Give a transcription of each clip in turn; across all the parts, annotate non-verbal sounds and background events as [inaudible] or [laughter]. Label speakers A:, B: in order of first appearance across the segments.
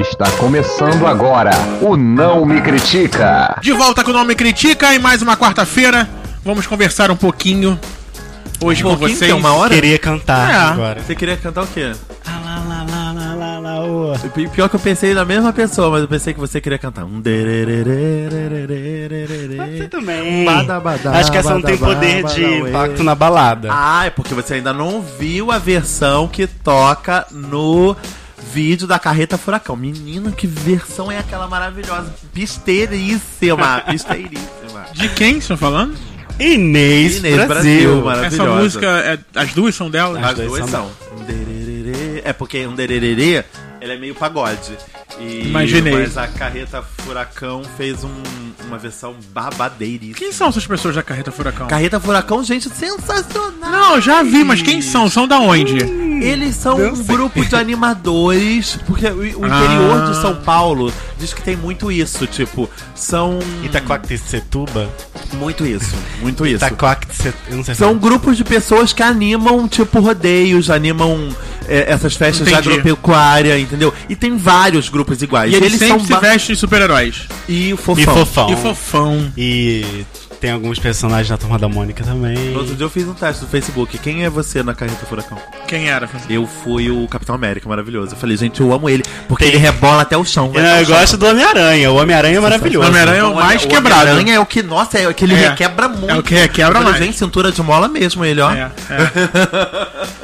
A: Está começando agora o Não Me Critica.
B: De volta com o Nome Critica em mais uma quarta-feira. Vamos conversar um pouquinho hoje
C: Um
B: com
C: pouquinho,
B: vocês.
C: que é uma hora?
D: Queria cantar
B: É.
D: agora.
C: Você queria cantar o quê?
D: Ah, ô.
C: Pi- Pior que eu pensei na mesma pessoa, mas eu pensei que você queria cantar um derererererererererê.
D: Você também.
C: Badabadá,
D: Acho que essa não tem
C: badabá,
D: poder de
C: badauê.
D: impacto na balada.
C: Ah, é porque você ainda não viu a versão que toca no vídeo da Carreta Furacão. Menino, que versão é aquela maravilhosa?
B: [laughs]
C: Pisteiríssima, pisteiríssima.
B: De quem estão falando?
D: Inês,
C: Inês
D: Brasil.
C: Brasil, maravilhosa.
B: Essa música, é- as duas são dela?
C: As
D: As duas
C: duas são. Um dererê. É porque um dererê, ele é meio pagode. E,
B: Imaginei.
C: Mas a Carreta Furacão fez um- uma versão babadeiríssima.
B: Quem são essas pessoas da Carreta Furacão?
C: Carreta Furacão, gente, sensacional!
B: Não, eu já vi, mas quem são? São da onde?
C: Eles são um grupo de animadores, porque o, o interior de São Paulo diz que tem muito isso, tipo, são
D: Itacoactesetuba.
C: tá muito isso, muito isso.
D: Itacoactesetuba. Eu não sei se
C: São grupos de pessoas que animam, tipo, rodeios, animam é, essas festas de
B: Entendi.
C: agropecuária, entendeu? E tem vários grupos iguais.
B: E eles, sempre se
C: ba-
B: vestem de super-heróis.
C: E o fofão.
D: E fofão.
B: E fofão.
D: E tem alguns personagens na Turma da Mônica também.
C: Outro dia eu fiz um teste no Facebook. Quem é você na carreta furacão?
B: Quem era?
C: Eu fui o Capitão América, maravilhoso. Eu falei, gente, eu amo ele, porque ele rebola até o chão. vai
B: É,
D: Não,
C: até o
D: eu
C: chão.
D: gosto do Homem-Aranha. O Homem-Aranha é maravilhoso.
B: O Homem-Aranha é o
C: Então,
B: mais
C: olha,
B: quebrado.
C: Homem-Aranha é o que, nossa, é o que ele
B: É.
C: requebra muito.
B: É o que requebra
C: Quando
B: mais.
C: vem cintura de mola mesmo, ele, ó.
B: É, é.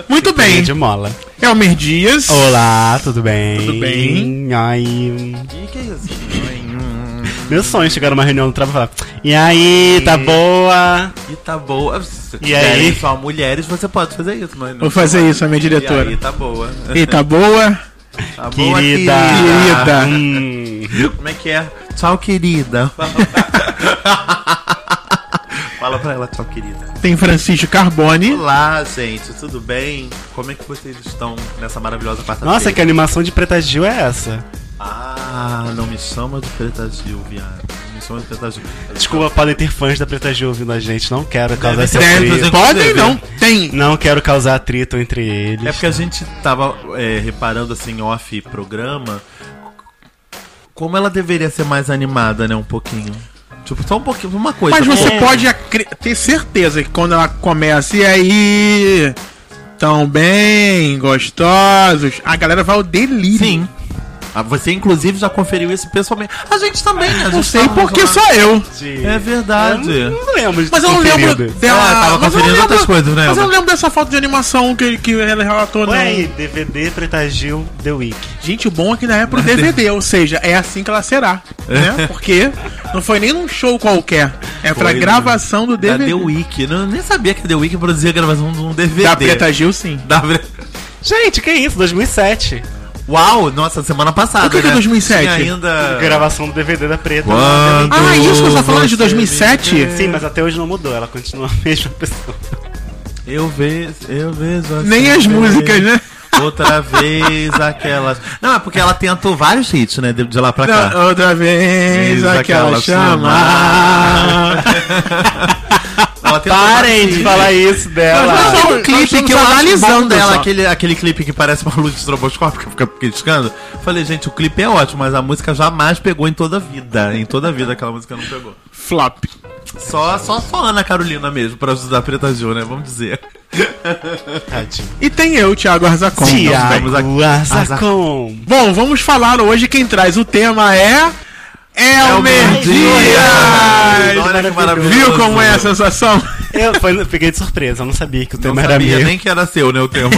B: [laughs] Muito bem,
D: de mola.
B: Elmer Dias.
D: Olá, tudo bem?
B: Tudo bem?
D: Ai.
C: Ih, que isso?
D: Meu sonho é chegar numa reunião do trabalho e falar: E aí, tá boa?
C: E tá boa. Se
D: E aí?
C: quiserem só mulheres, você pode fazer isso, mas não. é.
B: Vou fazer isso, a minha diretora.
C: E aí, tá boa.
B: E tá boa?
C: Tá boa,
D: Querida.
B: Querida.
D: Hum.
C: Como é que é? Tchau, querida. [laughs] Fala pra ela, tchau, querida.
B: Tem Francisco Carbone.
C: Olá, gente, tudo bem? Como é que vocês estão nessa maravilhosa quarta-feira?
D: Nossa, que animação de Preta Gil é essa?
C: Ah, não me chama de Preta Gil, viado. Não me chama de Preta Gil.
D: Desculpa, podem ter fãs da Preta Gil ouvindo a gente. Não quero causar esse
C: ter fãs,
D: atrito.
C: inclusive.
B: Podem não, tem.
D: Não quero causar atrito entre eles.
C: É porque a gente tava é, reparando assim, off programa, como ela deveria ser mais animada, né? Um pouquinho. Tipo, só um pouquinho, uma coisa. né?
B: Mas você
C: Pô,
B: pode acri- ter certeza que quando ela começa, e aí? Tão bem, gostosos. A galera vai ao delírio.
C: Sim. Ah, Você, inclusive, já conferiu isso pessoalmente. A gente também, né? A gente
B: Não sei
C: tava
B: porque
C: falando-
B: sou eu.
C: É verdade.
D: Eu não lembro de
B: Mas eu não
D: ter
B: lembro
D: período.
B: dela.
C: Ela tava
B: mas eu não
C: conferindo outras
B: lembro-
C: coisas,
B: Mas
C: né,
B: eu não
C: Elba?
B: lembro dessa foto de animação que, que ela relatou, não.
D: Põe aí, DVD Preta Gil The Week.
B: Gente, o bom é que ainda é pro DVD, ou seja, é assim que ela será. Né? Porque não foi nem num show qualquer. É pra
C: É. Foi, né?
B: gravação do
C: Da The
B: DVD.
C: Week. Não, eu nem sabia que a The Week produzia gravação de um DVD.
B: Da Preta Gil, sim.
C: Da Pre-
D: Gente, que isso, 2007.
C: Uau, nossa, semana passada.
B: O que que é
C: né?
B: 2007?
C: Tinha ainda.
D: Gravação do DVD da Preta.
C: Quando-
B: Ah, isso que você tá falando
C: Você
B: de 2007?
D: Sim, mas até hoje não mudou. Ela continua [laughs] a mesma pessoa.
C: Eu vejo, eu vejo. assim,
B: Nem as
C: eu
B: músicas,
C: vejo.
B: né?
C: Outra vez aquelas. Não, é porque ela tentou vários hits, né? De de lá pra cá.
B: Não, outra vez
C: Diz
B: aquela
C: aquela
B: chamada.
C: Ela tentou
D: Parem
C: vários
D: de
C: hits.
D: falar isso
B: Nós
D: dela.
B: não-
C: Tem um
B: Nós
C: clipe
B: estamos
C: que eu acho
B: analisando
C: bom dela,
B: só.
C: aquele, aquele clipe que parece uma luz estroboscópica, fica criticando. Falei, gente, o clipe é ótimo, mas a música jamais pegou em toda a vida. Em toda a vida aquela música não pegou.
B: Flop.
C: Só, só, só Ana Carolina mesmo, pra ajudar a Preta Gil, né? Vamos dizer.
D: Tadinho.
B: E tem eu, Thiago Arzacon.
C: Então vamos
D: Tiago
C: a-
D: Azacon.
B: Bom, vamos falar hoje. Quem traz o tema é. Elmer
C: Elmer
B: Dias!
C: Dias. Olha que maravilhoso.
B: Viu como é a sensação?
D: Eu foi- peguei de surpresa, eu não sabia que o
C: Não
D: tema era
C: sabia
D: meu.
C: nem que era seu, né? O
D: [laughs]
C: tema.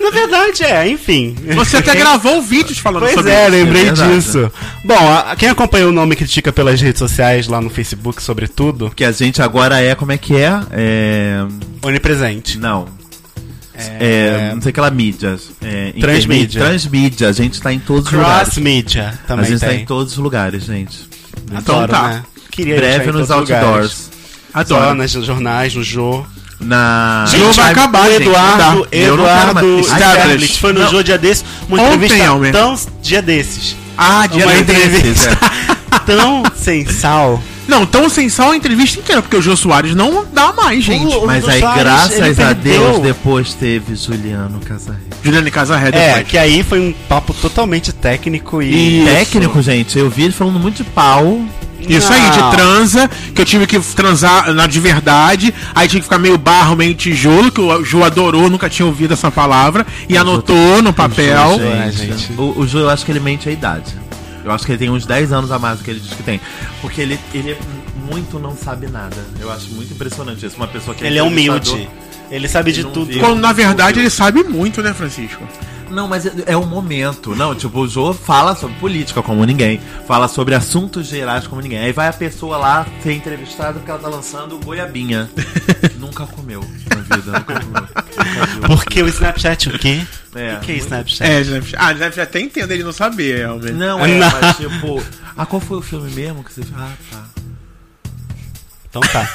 D: Na verdade, é, enfim.
B: Você
D: [laughs]
B: até gravou vídeos falando
D: Pois
B: sobre
D: é,
B: isso.
D: lembrei
C: É verdade.
D: disso. Bom, a- quem acompanha o Nome Critica pelas redes sociais, lá no Facebook, sobretudo,
C: que a gente agora é, como é que é? É.
D: onipresente.
C: Não. É, não sei aquela mídia. É, intermí-
D: Transmídia.
C: Transmídia. A gente tá em todos os lugares.
D: Cross Media
C: A
D: também
C: gente tá
D: tem.
C: em todos os lugares, gente.
D: Adoro,
B: Então tá.
D: né? Queria
C: Breve
D: estar em
C: nos
D: todos os lugares.
C: outdoors.
D: Só
B: Adoro.
D: nas jornais, no Jô.
C: Na.
B: Gente, Jô vai
D: a-
B: acabar,
D: o
B: gente,
D: Eduardo,
B: não dá.
C: Eu não quero
D: Eduardo
C: mais-
D: Stablitz foi no
C: Não.
D: Jô dia desses, uma
B: Ontem,
D: entrevista
B: Almer.
D: tão dia desses.
B: Ah,
D: Uma [laughs]
C: desses,
D: entrevista tão sem sal.
B: Não, então sem sal a entrevista inteira, porque o Jô Soares não dá mais, gente.
D: O- o
C: Mas
D: Jô
C: aí,
D: Soares,
C: graças
D: ele
C: a
D: perdeu-
C: Deus, depois teve Juliano Casarreto.
B: Juliane Casarré
D: É,
B: depois.
D: que aí foi um papo totalmente técnico e.
C: E técnico, gente, eu vi ele falando muito de pau.
B: Isso aí, de
D: Não.
B: transa, que eu tive que transar na de verdade, aí tinha que ficar meio barro, meio tijolo, que o Jô adorou, nunca tinha ouvido essa palavra, e anotou no papel.
D: Jô,
C: Gente,
D: gente.
C: O, o Ju, eu acho que ele mente a idade. Eu acho que ele tem uns 10 anos a mais do que ele diz que tem. Porque ele, ele é muito não sabe nada. Eu acho muito impressionante isso. Uma pessoa que
D: Ele é
C: entrevistador-
D: humilde. Ele sabe de
C: Ele não
D: tudo.
C: viu.
B: Quando na verdade ele sabe muito, né, Francisco?
C: Não, mas é, é um momento. Não, tipo, o Jô fala sobre política como ninguém. Fala sobre assuntos gerais como ninguém. Aí vai a pessoa lá ser entrevistada porque ela tá lançando
D: [laughs]
C: goiabinha. nunca comeu na vida, nunca comeu. Nunca viu.
D: Porque o Snapchat, o quê?
C: É,
D: o que é
C: muito-
D: Snapchat?
B: É, Snapchat. Ah, Snapchat até entendo ele não saber, realmente.
C: Não, é,
D: Não.
C: mas tipo. Ah, qual foi o filme mesmo que você. Ah, tá.
D: Então tá.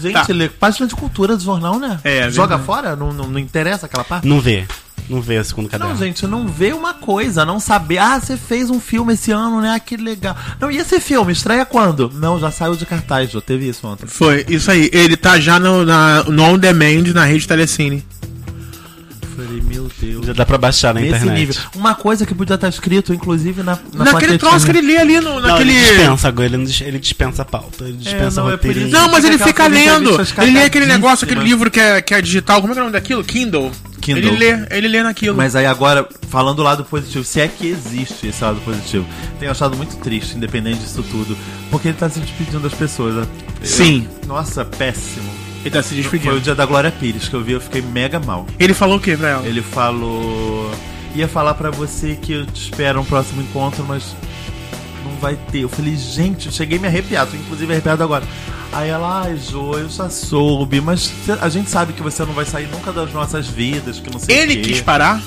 C: Gente, lê página de cultura do jornal, né?
B: Ah, É,
C: Joga
B: verdade.
C: fora? Não, não, não interessa aquela parte?
D: Não vê. Não vê o segundo
C: Não,
D: caderno.
C: gente, não vê uma coisa, não saber. Ah, você fez um filme esse ano, né? Ah, que legal. Não, e esse filme? Estreia quando? Não, já saiu de cartaz, já teve isso ontem.
B: Foi, isso aí. Ele tá já no, na, no On Demand na rede Telecine.
C: Falei, meu Deus.
D: Já dá pra baixar na
C: Nesse
D: internet.
C: nível. Uma coisa que podia estar escrito, inclusive, na, na
B: Naquele
C: plaquetinha.
B: troço que ele lê ali, no,
D: Não,
B: naquele.
D: ele dispensa agora, ele, não dis- ele dispensa a pauta, ele dispensa
C: não,
D: o
C: é por
D: roteiro.
C: isso.
B: Não, mas ele
C: Aquelas
B: fica lendo.
C: entrevistas
B: Ele lê aquele negócio, aquele
C: cagadíssimas.
B: livro que é, que é digital. Como é que é o nome daquilo? Kindle.
C: Kindle.
B: Ele lê, ele lê naquilo.
C: Mas aí agora, falando do lado positivo, se é que existe esse lado positivo, tenho achado muito triste, independente disso tudo, porque ele tá se despedindo das pessoas. né?
B: Sim.
C: Eu- nossa, péssimo.
B: Ele tá se
C: Foi
B: despedindo.
C: o dia da Glória Pires que eu vi, eu fiquei mega mal.
B: Ele falou o quê pra ela?
C: Ele falou. Ia falar pra você que eu te espero um próximo encontro, mas não vai ter. Eu falei, gente, eu cheguei a me arrepiar, tô inclusive arrepiado agora. Aí ela, ai, Jô, eu já soube, mas cê- a gente sabe que você não vai sair nunca das nossas vidas, que não sei
B: Ele
C: o quê.
B: quis parar?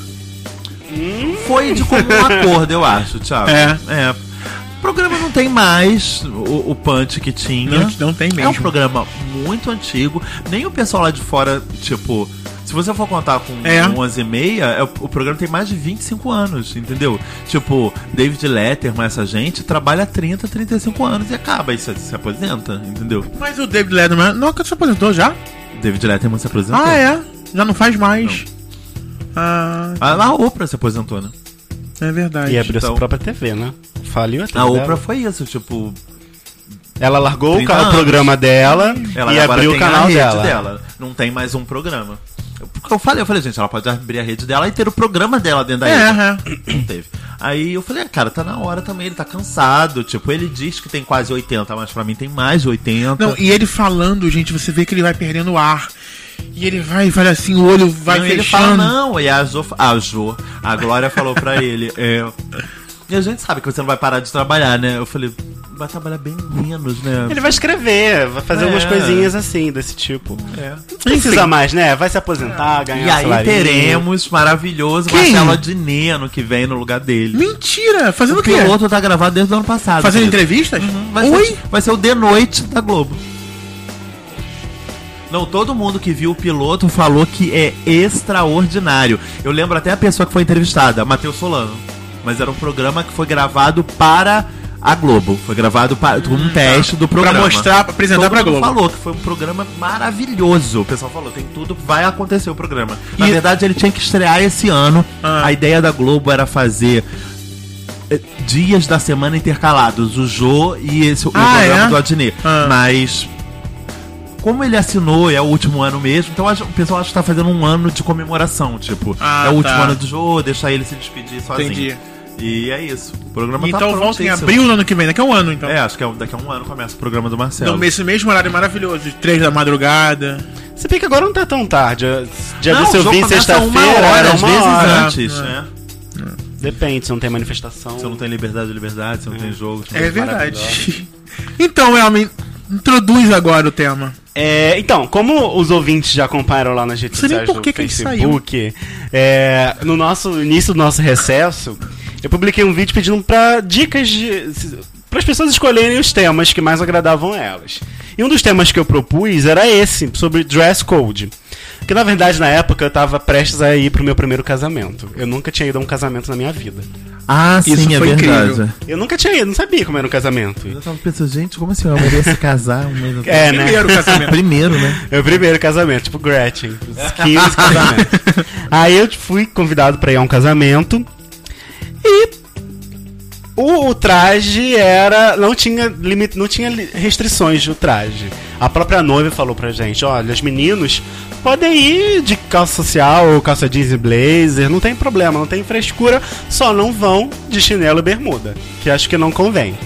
C: Foi de comum acordo, eu acho, Thiago.
B: É.
C: É. O programa não tem mais o, o punch que tinha.
B: Não, não tem
C: É um
B: mesmo.
C: programa muito antigo. Nem o pessoal lá de fora, tipo. Se você for contar com
B: É.
C: 11 e meia, é o, o programa tem mais de 25 anos, entendeu? Tipo, David Letterman, essa gente, trabalha 30, 35 anos e acaba, e se, se aposenta, entendeu?
B: Mas o David Letterman. Não, que se aposentou já?
C: David Letterman se aposentou.
B: Ah, é? Já não faz mais. Ah,
C: A, a Oprah se aposentou, né?
B: é verdade.
D: E abriu
C: Então-
D: sua própria TV, né? Faliu a TV.
C: A Oprah
D: dela.
C: foi isso, tipo,
D: Ela largou o,
C: 30
D: ca- o
C: anos.
D: programa dela
C: Ela
D: e
C: agora
D: abriu o
C: tem
D: canal
C: a rede
D: dela.
C: dela. Não tem mais um programa. Eu, porque eu falei, eu falei, gente, ela pode abrir a rede dela e ter o programa dela dentro da
B: É,
C: rede.
B: é.
C: Não teve. Aí eu falei, ah, cara, tá na hora também, ele tá cansado. Tipo, ele diz que tem quase 80, mas pra mim tem mais de 80.
B: Não, e ele falando, gente, você vê que ele vai perdendo o ar. E ele vai, vai assim, o olho vai
C: Não, e ele fala,
B: fechando.
C: não. E a Jo, a, jo, a Glória falou pra ele, é, E a gente sabe que você não vai parar de trabalhar, né? Eu falei, vai trabalhar bem menos, né?
D: Ele vai escrever, vai fazer
C: É.
D: algumas coisinhas assim, desse tipo.
C: É.
D: Não precisa mais, né? Vai se aposentar, ganhar um
C: E aí
D: salarinho.
C: teremos maravilhoso
B: Quem?
C: Marcelo Adnet ano que vem no lugar dele.
B: Mentira! Fazendo o
C: O
B: quê?
C: piloto tá gravado desde o ano passado.
B: é? Fazendo
C: querido.
B: entrevistas?
C: Uhum. Vai um
B: Oi?
C: ser, vai ser o The Noite da Globo. Não, todo mundo que viu o piloto falou que é extraordinário. Eu lembro até a pessoa que foi entrevistada, Matheus Solano. Mas era um programa que foi gravado para a Globo. Foi gravado para um teste do
B: Hum, tá. Pra
C: programa.
B: mostrar, pra apresentar
C: Todo
B: pra
C: mundo
B: Globo.
C: falou que foi um programa maravilhoso. O pessoal falou, tem tudo, vai acontecer o programa. Na
B: E-
C: verdade, ele tinha que estrear esse ano.
B: Ah.
C: A ideia da Globo era fazer eh, dias da semana intercalados, o Jô e esse, o
B: Ah,
C: programa
B: é?
C: do Adnet.
B: Ah.
C: Mas como ele assinou, é o último ano mesmo, então acho- o pessoal acha que tá fazendo um ano de comemoração, tipo,
B: Ah,
C: é o
B: tá.
C: último ano do Jô, deixar ele se despedir sozinho.
B: Entendi.
C: E é isso. O programa assim. tá
B: Então volta em
C: prontíssimo.
B: abril do ano que vem, daqui a um ano, então.
C: É, acho que é, daqui a um ano começa o programa do Marcelo.
B: Então, nesse mesmo horário maravilhoso, de três da madrugada.
D: Se bem que agora não tá tão tarde. eu- Já
C: Não,
D: vi se
C: o
D: eu
C: jogo
D: vim
C: começa
D: sexta-feira,
C: uma hora,
D: era
C: às
D: uma
C: vezes
D: hora.
C: antes,
B: É.
C: né?
D: Depende, se não tem manifestação.
C: Se não tem liberdade, liberdade, se não tem jogo. se não
B: É
C: tem
B: verdade. Então, Elmin, introduz agora o tema.
D: É, então, como os ouvintes já acompanharam lá nas redes
B: Não sei nem
D: sociais
B: por
D: do
B: que que a gente
D: Facebook, é, no nosso início do nosso recesso, eu publiquei um vídeo pedindo pra dicas de para as pessoas escolherem os temas que mais agradavam a elas. E um dos temas que eu propus era esse, sobre dress code. Que na verdade na época eu tava prestes a ir pro meu primeiro casamento. Eu nunca tinha ido a um casamento na minha vida.
C: Ah,
B: Isso
C: sim, é
B: foi
C: verdade.
B: incrível.
D: Eu nunca tinha ido, não sabia como era um casamento.
C: Eu tava pensando, gente, como assim? Uma mulher se casar um mês atrás?
D: É, né?
B: Primeiro
D: [laughs]
B: casamento.
C: Primeiro, né?
D: Meu primeiro casamento, tipo Gretchen. os 15 casamentos. Aí eu fui convidado pra ir a um casamento. E o, o traje era. Não tinha, limite, não tinha li- restrições do traje. A própria noiva falou pra gente: olha, os meninos podem ir de calça social ou calça jeans e blazer, não tem problema, não tem frescura, só não vão de chinelo e bermuda, que acho que não convém.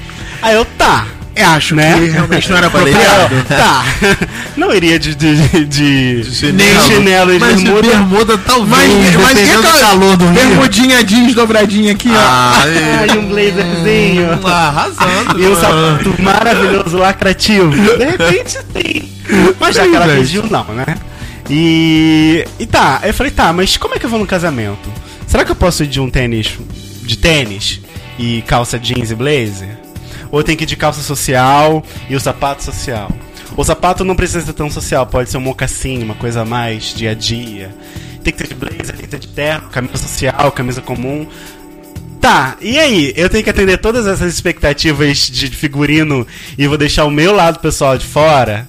D: Aí eu, tá.
B: Eu acho
D: Né?
B: que realmente não era
C: Falei
B: apropriado.
C: errado.
D: Tá. [laughs] Não iria de. de, de,
C: chinelo.
D: Nem chinelo e
C: Mas de
D: bermuda.
C: bermuda talvez,
B: Mas, mas que
C: dependendo do
B: aquela
C: calor do Rio.
B: bermudinha jeans dobradinha aqui,
C: Ah,
D: Ai, um blazerzinho.
C: é. Tá
D: [laughs]
C: arrasando.
D: E um sapato maravilhoso, lacrativo. De repente tem. Mas já que ela
B: Gente.
D: pediu, não, né? E. E tá, eu falei, tá, mas como é que eu vou no casamento? Será que eu posso ir de um tênis. de tênis e calça jeans e blazer? Ou tem que ir de calça social e o sapato social? O sapato não precisa ser tão social, pode ser um mocassim, uma coisa a mais, dia a dia. Tem que ser de blazer, tem que ser de terno, camisa social, camisa comum. Tá, e aí? Eu tenho que atender todas essas expectativas de figurino e vou deixar o meu lado pessoal de fora?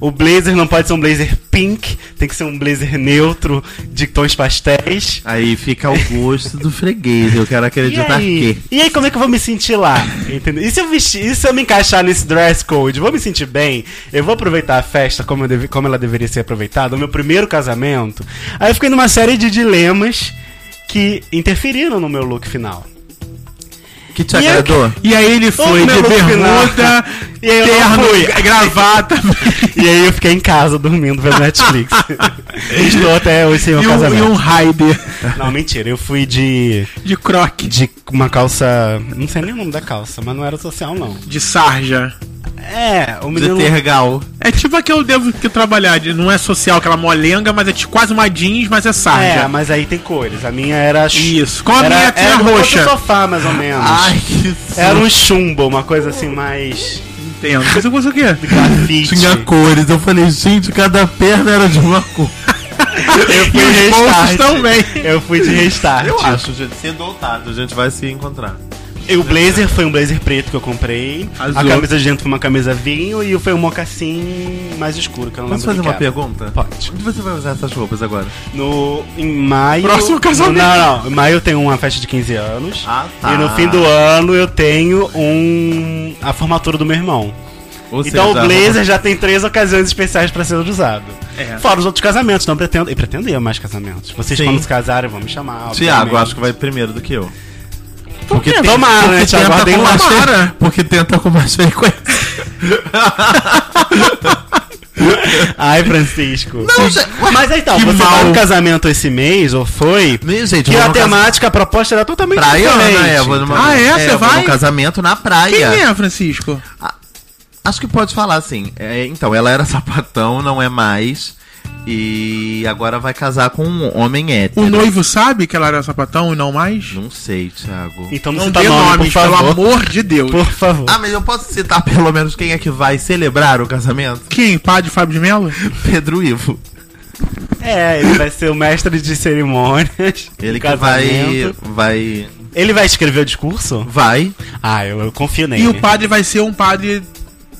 D: O blazer não pode ser um blazer pink, tem que ser um blazer neutro, de tons pastéis.
C: Aí fica o gosto do freguês. Eu
D: E
C: quero acreditar
D: aí?
C: que.
D: e aí, como é que eu vou me sentir lá? Entendeu? E se eu, vestir, e se eu me encaixar nesse dress code? Vou me sentir bem? Eu vou aproveitar a festa como, eu deve- como ela deveria ser aproveitada? O meu primeiro casamento? Aí eu fiquei numa série de dilemas que interferiram no meu look final.
C: Que te
D: E eu-
C: agradou?
B: Ah, E aí ele foi
D: meu
B: de
D: look final.
B: bermuda,
D: [laughs] E aí eu não
B: terno,
D: fui.
B: e
D: [laughs]
B: gravata.
D: E aí eu fiquei em casa dormindo pelo [laughs] Netflix. Estou até hoje sem meu
B: e, um, e
D: casamento.
B: um raider
D: Não, mentira, eu fui de.
B: de croque,
D: de uma calça. Não sei nem o nome da calça, mas não era social, não.
B: de sarja.
D: É, o
C: De
D: menino.
C: tergal.
B: É tipo a que eu devo que trabalhar, de- não é social, aquela molenga, mas é tipo quase uma jeans, mas é
D: É,
B: sarja.
D: mas aí tem cores. A minha era.
B: Isso. Qual a
D: era,
B: minha que
D: era
B: é
D: um outro
B: roxa?
D: sofá, mais ou menos.
C: que
D: Era um chumbo, uma coisa assim mais.
B: Entendo. Mas eu gosto o quê?
D: grafite.
C: Tinha É cores. Eu falei, gente, cada perna era de uma cor.
D: Eu fui
B: os
D: de
B: bolsos
D: restart.
B: também.
D: Eu fui de restart.
C: acho, gente, ser doutado, a gente vai se encontrar.
D: E o blazer foi um blazer preto que eu comprei.
B: Azul.
D: A camisa de dentro foi uma camisa vinho e foi um mocassim mais escuro, que eu não
C: Posso
D: lembro
C: fazer
D: do que
C: uma
D: era.
C: pergunta?
D: Pode.
C: Onde você vai usar essas roupas agora?
D: No, em maio.
B: Próximo casamento.
D: Não, não. Em maio eu tenho uma festa de 15 anos.
C: Ah, tá.
D: E no fim do ano eu tenho um. a formatura do meu irmão.
C: Ou
D: então
C: seja,
D: o blazer já tem três ocasiões especiais pra ser usado.
B: É.
D: Fora os outros casamentos, não pretendo. E pretendo mais casamentos. Vocês,
C: Sim.
D: quando se casarem, vão me chamar.
C: Tiago,
D: obviamente.
C: acho que vai primeiro do que eu.
B: Por quê?
D: Tomara, né,
C: Porque
D: Tiago?
C: tenta
D: Aguardem
C: com
D: lá.
C: mais fe-
B: Tomara.
C: Porque tenta com mais [laughs] frequência.
D: [laughs] Ai, Francisco.
C: Não, gente, ué,
D: Mas aí tá,
C: que
D: você
C: mal.
D: vai no casamento esse mês, ou foi?
C: Meu, gente,
D: Que
C: eu vou
D: a
C: no casa-
D: temática, a proposta era totalmente
C: Praiana,
D: diferente.
C: é, eu vou numa-
B: Ah, é? Você
C: eu vou
B: vai?
C: num casamento na
B: Quem
C: praia.
B: é, Francisco?
C: Acho que pode falar assim. É, então, ela era [laughs] sapatão, não é mais. E agora vai casar com um homem hétero.
B: O noivo sabe que ela era sapatão e não mais?
C: Não sei, Thiago.
D: Então não,
B: Não
D: cita
B: dê
D: nome,
B: nomes,
D: por favor.
B: pelo amor de Deus.
D: Por favor.
C: Ah, mas eu posso citar pelo menos quem é que vai celebrar o casamento?
B: Quem? Padre Fábio de Mello?
C: Pedro Ivo.
D: É, ele vai ser o mestre de cerimônias. [laughs]
C: Ele
D: do
C: que vai.
D: casamento.
C: Vai.
D: Ele vai escrever o discurso?
C: Vai.
D: Ah, eu, eu confio nele.
B: E o padre vai ser um padre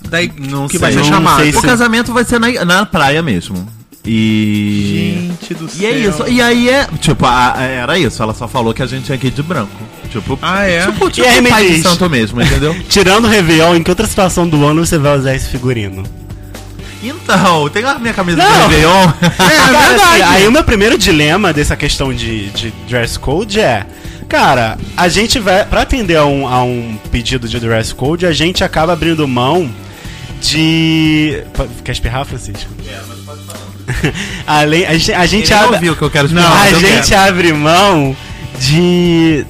B: da igreja.
C: Não
B: que
C: sei.
B: vai ser
C: Não
B: chamado.
D: sei
C: O
D: se-
C: casamento vai ser na, na praia mesmo. E.
B: Gente do
C: E é isso. E aí é. Tipo, a- a- era isso. Ela só falou que a gente tinha que ir de branco. Tipo,
B: Ah, é?
C: tipo, tipo
D: E aí, me
C: pai de
D: diz.
C: santo
B: [laughs]
C: mesmo, entendeu?
D: Tirando o Réveillon, em que outra situação do ano você vai usar esse figurino?
C: então, tem a minha camisa do
D: Não. [laughs]
C: Réveillon.
B: É
D: Cara,
B: verdade.
D: assim, aí o meu primeiro dilema dessa questão de, de dress code é. Cara, a gente vai. Pra atender a um, a um pedido de dress code, a gente acaba abrindo mão de. Pode- Quer espirrar, Francisco? [laughs] É, mas pode falar. Além, a gente, a gente
C: Ele não
D: abre-
C: ouviu o que eu quero
D: Não,
C: explicar.
D: a
C: mas eu
D: gente
C: quero.
D: abre mão de.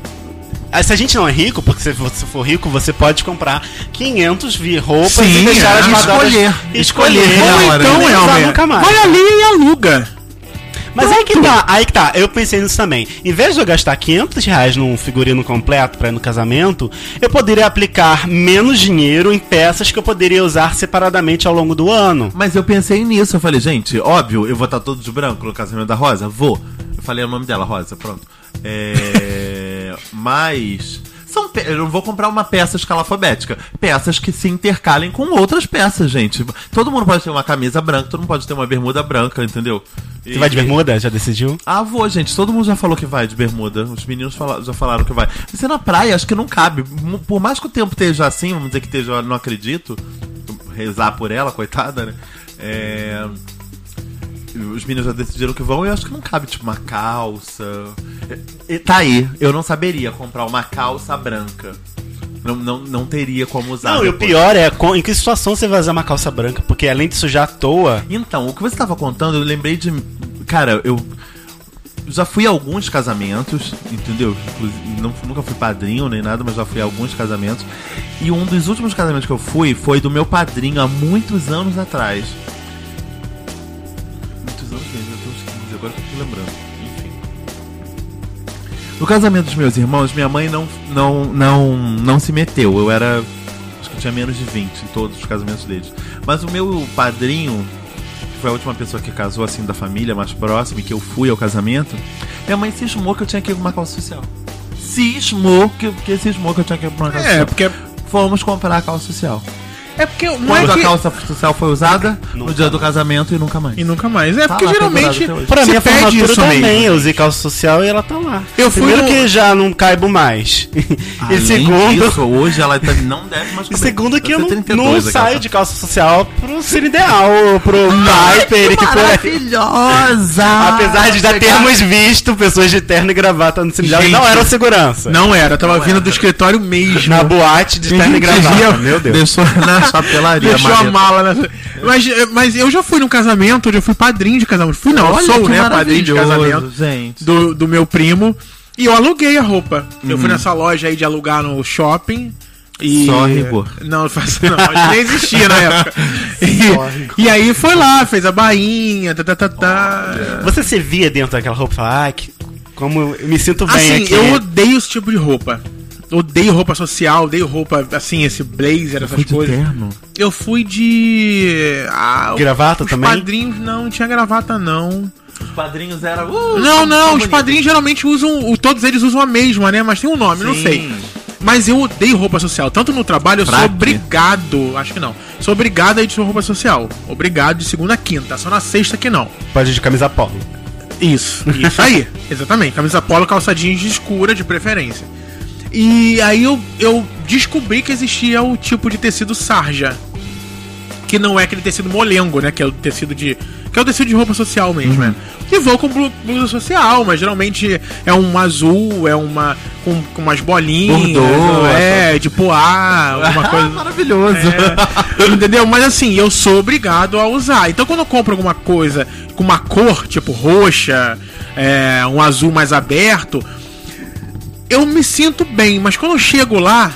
D: Ah, Se a gente não é rico, porque se você for rico, você pode comprar 500 vi- roupas
B: Sim,
D: e deixar
B: é.
D: as madoras
C: Escolher.
D: Escolher.
C: Escolher na
D: Ou
C: hora,
D: então,
C: né?
D: é,
B: Não
D: usar
B: Elmer,
D: nunca mais.
B: Vai ali e aluga.
D: Mas aí que tá, aí que tá. Eu pensei nisso também. Em vez de eu gastar 500 reais num figurino completo pra ir no casamento, eu poderia aplicar menos dinheiro em peças que eu poderia usar separadamente ao longo do ano.
C: Mas eu pensei nisso, eu falei, gente, óbvio, eu vou estar
D: [laughs]
C: todo de branco no casamento da Rosa? Vou. Eu falei o nome dela, Rosa, pronto. É. Mas. São pe... Eu não vou comprar uma peça escalafobética. Peças que se intercalem com outras peças, gente. Todo mundo pode ter uma camisa branca, todo mundo pode ter uma bermuda branca, entendeu?
D: Você vai de bermuda? Já decidiu?
C: Ah, vou, gente. Todo mundo já falou que vai de bermuda. Os meninos fala- já falaram que vai. Você na praia, acho que não cabe. M- Por mais que o tempo esteja assim, vamos dizer que esteja, não acredito. Rezar por ela, coitada, né? É... Os meninos já decidiram que vão e eu acho que não cabe, tipo, uma calça. E- e tá aí. Eu não saberia comprar uma calça branca. Não, não, não teria como usar.
D: Não, e o
C: Tá, depois.
D: pior é com- em que situação você vai usar uma calça branca, porque além de sujar à toa.
C: Então, o que você tava contando, eu lembrei de. Cara, eu. Já fui a alguns casamentos, entendeu? Inclusive, não- nunca fui padrinho nem nada, mas já fui a alguns casamentos. E um dos últimos casamentos que eu fui foi do meu padrinho há muitos anos atrás. Muitos anos mesmo, eu tô esquecendo, agora que eu tô lembrando. Enfim. No casamento dos meus irmãos, minha mãe não, não, não, não se meteu. Eu era. Acho que eu tinha menos de 20 em todos os casamentos deles. Mas o meu padrinho, que foi a última pessoa que casou, assim, da família mais próxima, e que eu fui ao casamento, minha mãe cismou que eu tinha que ir com uma calça social. Cismou que, que cismou que eu tinha que ir com uma calça
B: É,
C: social.
B: porque.
C: Fomos comprar a calça social.
B: É porque não é
C: Quando
B: que.
C: a calça social foi usada, no
D: Nunca
C: dia do casamento e nunca mais.
B: E nunca mais. É
C: Tá
B: porque
C: lá,
B: geralmente.
C: pendurado até hoje.
D: Pra
B: se
D: mim, a
B: pede
D: formatura
B: isso
D: também.
B: mesmo.
D: Eu usei calça social e ela tá lá.
B: Eu fui
D: Primeiro
B: no-
D: que já não caibo
C: [laughs]
D: mais. e
C: Além
D: segundo.
C: disso, hoje ela tá- não deve
D: [laughs]
C: mais
D: E
C: comer.
D: segundo que eu
C: Deve
D: não,
C: ser 32
D: não
C: aquela
D: saio
C: calça.
D: de calça social pro ser ideal, pro
C: Ai,
D: Piper e
C: que
D: por aí.
C: maravilhosa!
B: Ah,
D: Apesar de já
C: Chegar-
D: termos visto pessoas de terno e gravata no seminário,
B: Gente.
D: não eram segurança.
B: Não era, eu tava
C: Não
B: vindo
C: era.
B: do escritório mesmo.
D: Na boate de terno e gravata. Meu Deus.
C: [laughs] Deixou na chapelaria,
B: Deixou a
C: Maria.
B: mala na... mas, mas eu já fui num casamento, onde eu fui padrinho de casamento. Fui não, eu
C: Olha
B: sou,
C: que
B: né, padrinho de
C: maravilhoso,
B: casamento
C: gente.
B: do, do meu primo. E eu aluguei a roupa. Eu fui nessa loja aí de alugar no shopping. E...
C: Uhum. Só rigor.
B: Não, eu faço- não, acho que nem existia na
C: [laughs]
B: época. E, e aí foi lá, fez a bainha, tá, tá, tá, tá.
D: Você se via dentro daquela roupa e falava, ai, que, como eu me sinto bem
B: Assim,
C: é
D: aqui.
B: eu odeio esse tipo de roupa. Odeio roupa social, odeio roupa, assim, esse blazer, essas
C: Fui de
B: coisas.
C: terno.
B: Eu fui de. Ah,
D: Gravata
B: os
D: também?
B: padrinhos não, não tinha gravata, não.
C: Os padrinhos eram...
B: Não, não, os padrinhos geralmente usam. o- Todos eles usam a mesma, né? Mas tem um nome, não
C: Sim.
B: sei. Mas eu odeio roupa social. Tanto no trabalho, eu sou
C: Fraque.
B: obrigado. Acho que não. Sou obrigado a ir de roupa social. Obrigado de segunda a quinta. Só na sexta que não.
D: Pode ir de camisa polo.
B: Isso, isso [laughs] aí. Exatamente. Camisa polo, calça jeans escura, de preferência. E aí eu, eu descobri que existia o tipo de tecido sarja. Que não é aquele tecido molengo, né? Que é o tecido de. Que é o tecido de roupa social mesmo, né? E vou com blu- blusa social, mas geralmente é um azul, é uma. com, com umas bolinhas.
C: Bordô,
B: é, de poá, [laughs] alguma coisa.
C: Maravilhoso.
B: É, [laughs] entendeu? Mas assim, eu sou obrigado a usar. Então quando eu compro alguma coisa com uma cor, tipo roxa, é, um azul mais aberto, eu me sinto bem, mas quando eu chego lá,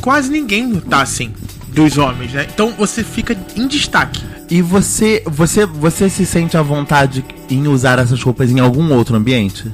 B: quase ninguém tá assim. Dos homens, né? Então você fica em destaque.
C: E você, você, você se sente à vontade em usar essas roupas em algum outro ambiente?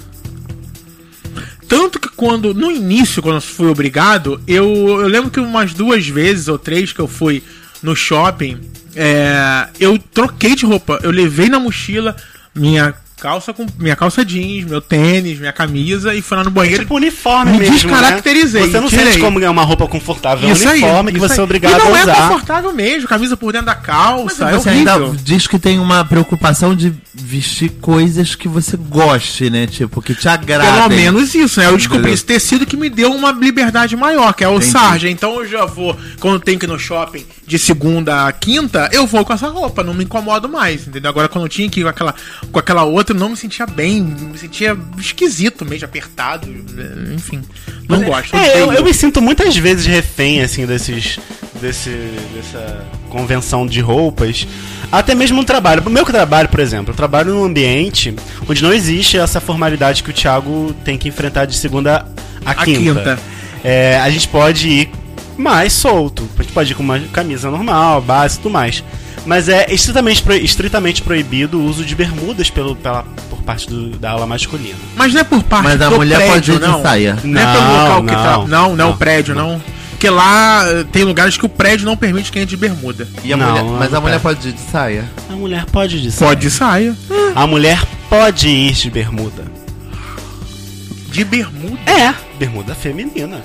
B: Tanto que quando, no início, quando eu fui obrigado, eu, eu lembro que umas duas vezes ou três que eu fui no shopping, é, eu troquei de roupa. Eu levei na mochila minha calça com minha calça jeans, meu tênis, minha camisa e fui lá no banheiro.
D: Tipo uniforme
B: Me
D: mesmo,
B: descaracterizei,
D: Né? Você não
B: tirei.
D: sente como ganhar uma roupa confortável. É um
B: Isso aí,
D: uniforme que
B: isso
D: você
B: aí.
D: é obrigado
B: e não
D: a
B: é
D: usar.
B: confortável mesmo, camisa por dentro da calça, é
C: você
B: horrível.
C: ainda diz que tem uma preocupação de vestir coisas que você goste, né? Tipo, que te agradem.
B: Pelo é menos isso, né? Eu descobri
C: Entendeu?
B: esse tecido que me deu uma liberdade maior, que é o
C: Entendi.
B: sarja. Então eu já vou, quando tem que ir no shopping de segunda a quinta, eu vou com essa roupa, não me incomodo mais, entendeu? Agora quando eu tinha que ir com aquela, com aquela outra, eu não me sentia bem, me sentia esquisito, meio apertado, enfim. Não gosto.
D: É, eu,
B: odeio.
D: eu me sinto muitas vezes refém, assim, desses. Desse, dessa convenção de roupas. Até mesmo no trabalho. O meu trabalho, por exemplo, eu trabalho num ambiente onde não existe essa formalidade que o Thiago tem que enfrentar de segunda a
B: A
D: quinta.
B: quinta.
D: É, a gente pode ir mais solto. A gente pode ir com uma camisa normal, base e tudo mais. Mas é estritamente, pro- estritamente proibido o uso de bermudas pelo, pela, por parte do- da ala masculina.
B: Mas não é por parte
C: Mas a
B: do
C: mulher pode
B: prédio,
C: ir de
B: não.
C: saia.
B: Não, é pelo
D: Não,
B: local que
D: não,
B: tá. Não, não,
D: não,
B: o prédio, não. Porque lá eh, tem lugares que o prédio não permite quem é de bermuda.
C: E a
D: Não,
C: mulher-
D: não
C: mas
D: é
C: a mulher pode ir de saia.
D: A mulher pode dizer.
B: Pode saia.
D: A mulher pode ir de bermuda.
B: de bermuda.
D: É, bermuda feminina.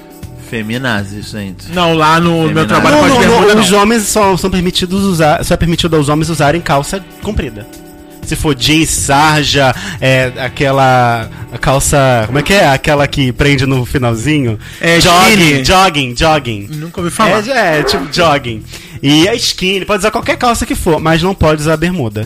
C: Feminazes, gente.
B: Não, lá no meu
C: Feminado.
B: trabalho
D: É Não,
B: faz
D: não,
B: bermuda.
D: não,
B: não.
D: os homens só são permitidos usar, só é permitido aos homens usarem calça comprida. Se for jeans, sarja, é, aquela a calça, como é que é? Aquela que prende no finalzinho.
B: É,
D: jogging,
B: skinny.
D: jogging, jogging.
B: Nunca ouvi falar.
D: É, é, tipo jogging. E a skinny, pode usar qualquer calça que for, mas não pode usar bermuda.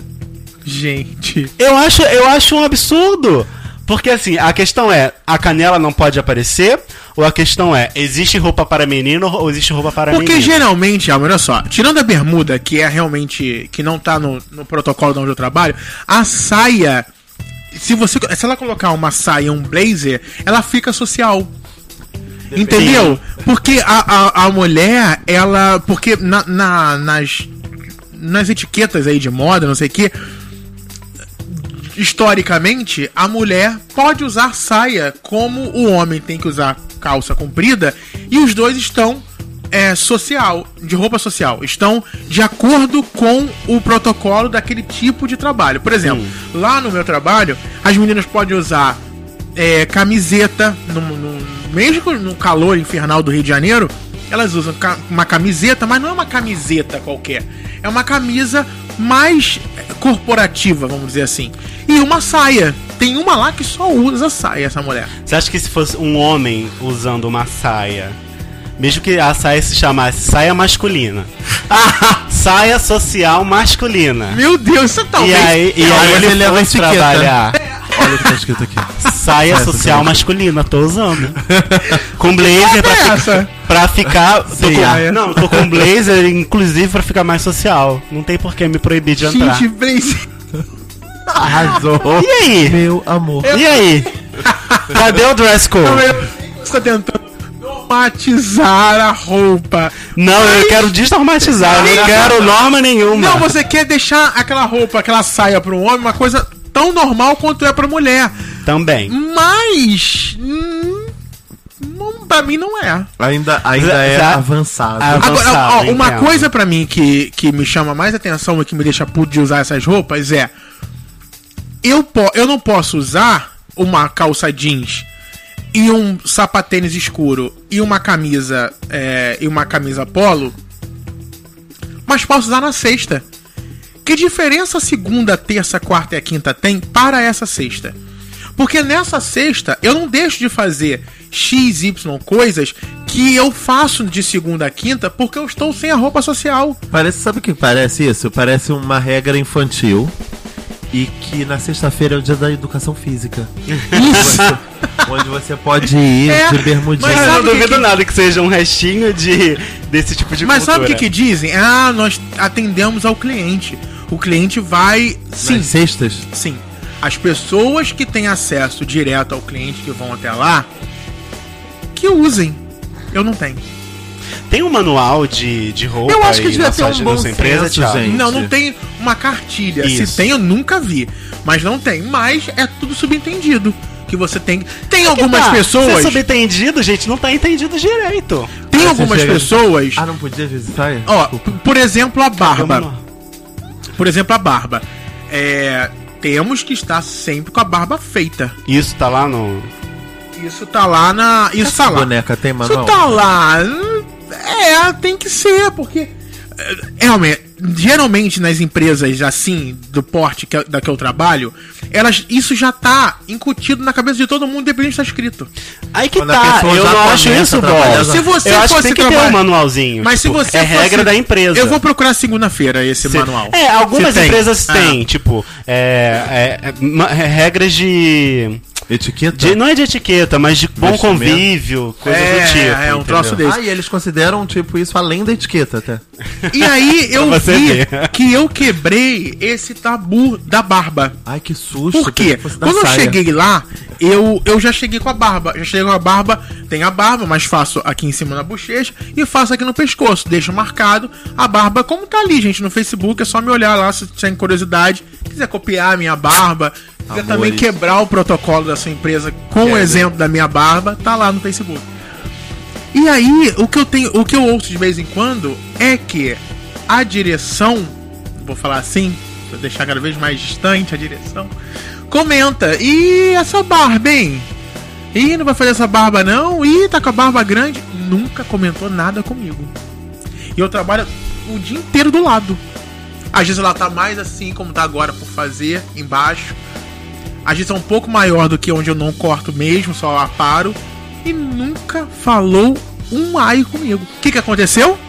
B: Gente.
D: Eu acho, eu acho um absurdo. Porque assim, a questão é, a canela não pode aparecer, ou a questão é, existe roupa para menino ou existe roupa para
B: Porque
D: menino?
B: geralmente, Alma, olha só, tirando a bermuda, que é realmente. que não tá no, no protocolo de onde eu trabalho, a saia. Se, você, se ela colocar uma saia, um blazer, ela fica social. Entendeu? Porque a, a, a mulher, ela. Porque na, na- nas, nas etiquetas aí de moda, não sei o que. Historicamente, a mulher pode usar saia como o homem tem que usar calça comprida e os dois estão é, social, de roupa social, estão de acordo com o protocolo daquele tipo de trabalho. Por exemplo, lá no meu trabalho, as meninas podem usar é, camiseta, no, no- mesmo no calor infernal do Rio de Janeiro, elas usam ca- uma camiseta, mas não é uma camiseta qualquer. É uma camisa mais eh, corporativa, vamos dizer assim. E uma saia. Tem uma lá que só usa saia, essa mulher.
D: Você acha que se fosse um homem usando uma saia, mesmo que a saia se chamasse saia masculina, saia social masculina,
B: Meu Deus, isso
D: e
B: talvez.
D: aí, e aí
C: Olha,
D: ele
C: ele leva
D: fosse
C: etiqueta.
D: trabalhar
C: Olha o que tá escrito aqui.
D: saia
C: Essa
D: social
C: também.
D: masculina, tô usando, com blazer pra, fi-
B: essa?
D: pra ficar, tô
C: Sim,
D: com-
B: ah, é.
D: não, tô com um blazer inclusive pra ficar mais social, não tem por que me proibir de entrar.
B: Gente, blazer.
C: Arrasou.
D: E aí?
C: Meu amor.
D: E aí? Cadê o dress code?
B: [laughs] Você tá tentando normatizar a roupa.
D: Não, eu quero desnormatizar, eu não quero norma nenhuma.
B: Não, você quer deixar aquela roupa, aquela saia para um homem, uma coisa tão normal quanto é para mulher.
D: Também.
B: Mas. Hum, não, pra mim não é.
C: Ainda, ainda é
D: Já-
C: avançado.
D: Ah,
B: Agora,
D: Avançado,
B: ó, uma
D: entendo.
B: coisa pra mim que, que me chama mais atenção e que me deixa puto de usar essas roupas é. Eu, po eu não posso usar uma calça jeans e um sapatênis escuro e uma camisa. é, e uma camisa polo. Mas posso usar na sexta. Que diferença a segunda, terça, quarta e a quinta tem para essa sexta? Porque nessa sexta eu não deixo de fazer x, y coisas que eu faço de segunda a quinta porque eu estou sem a roupa social.
C: Parece, sabe o que parece isso? Parece uma regra infantil. E que na sexta-feira é o dia da educação física. onde você pode ir
B: É,
C: de bermudinha.
B: mas
D: Eu não
B: sabe que
D: duvido
B: que-
D: nada que seja um restinho de, desse tipo de
B: Mas sabe o que, que
D: cultura.
B: dizem? Ah, nós atendemos ao cliente. O cliente vai. Sim,
C: Nas sextas?
B: sim. As pessoas que têm acesso direto ao cliente que vão até lá, que usem. Eu não tenho.
D: Tem um manual de, de roupa
C: Eu acho que
D: aí
C: devia
D: na
C: ter
D: sua-
C: um
D: na
C: bom
D: sua empresa,
C: senso,
D: Thiago?
C: gente.
B: Não, não tem uma cartilha.
D: Isso.
B: Se tem, eu nunca vi. Mas não tem. Mas é tudo subentendido. Que você tem. Tem
D: Que
B: algumas
D: tá, Ser
B: pessoas.
D: subentendido, gente, não tá entendido direito.
B: Tem
C: Você
B: algumas
C: chega-
B: pessoas.
C: Ah, não podia visitar?
B: Ó, p- por exemplo, a barba.
D: Vamos lá.
B: Por exemplo, a barba. É. Temos que estar sempre com a barba feita.
D: Isso tá lá no...
B: Isso tá lá na. Isso tá
C: Essa
B: lá.
C: boneca tem
B: Isso
C: manual?
B: tá
D: né?
B: lá. hum, É, tem que ser, porque. é, Realmente, geralmente nas empresas assim, do porte que, eu- da que eu trabalho, elas, isso já tá incutido na cabeça de todo mundo, independente do que está escrito.
D: Aí que
C: Quando a
D: tá,
C: pessoa
D: eu
C: já
D: não
C: começa
D: acho isso
C: a
D: bom.
C: trabalhar
B: Se você
D: eu acho que
B: fosse
D: tem que ter
B: trabalhar-
D: um manualzinho.
B: Mas se
D: tipo,
B: você
D: É
B: fosse-
D: regra da empresa.
B: Eu vou procurar segunda-feira esse
D: Se-
B: manual.
D: É, algumas
B: Se tem.
D: empresas
B: Ah.
D: têm, tipo, é, é, é, ma- é, regras de,
C: Etiqueta?
D: de- Não é de etiqueta, mas de bom
C: Investimento.
D: convívio, coisas
B: Tá. É,
D: do tipo.
B: é, um troço
D: entendeu?
B: desse.
C: Ah, e eles consideram, tipo, isso além da etiqueta até.
B: E aí eu
D: [laughs] Pra você
B: vi
D: ver.
B: que eu quebrei esse tabu da barba.
C: Ai, que susto.
B: Por quê?
C: pensei que fosse da
B: Quando eu
C: saia.
B: cheguei lá, eu, eu já cheguei com a barba. Já cheguei com a barba, tem a barba, mas faço aqui em cima na bochecha e faço aqui no pescoço. Deixo marcado a barba como tá ali, gente, no Facebook. É só me olhar lá se tem curiosidade. Quiser copiar a minha barba, quiser
C: Amores.
B: também quebrar o protocolo da sua empresa com o
C: Quero.
B: exemplo da minha barba, tá lá no Facebook. E aí, o que eu tenho, o que eu ouço de vez em quando é que a direção, vou falar assim, pra deixar cada vez mais distante a direção, comenta: "E essa barba, hein? Ih, não vai fazer essa barba não? Ih, tá com a barba grande. Nunca comentou nada comigo. E eu trabalho o dia inteiro do lado. Às vezes ela tá mais assim, como tá agora, por fazer, embaixo. Às vezes é um pouco maior do que onde eu não corto mesmo, só aparo. E nunca falou um ai comigo. O que, que aconteceu?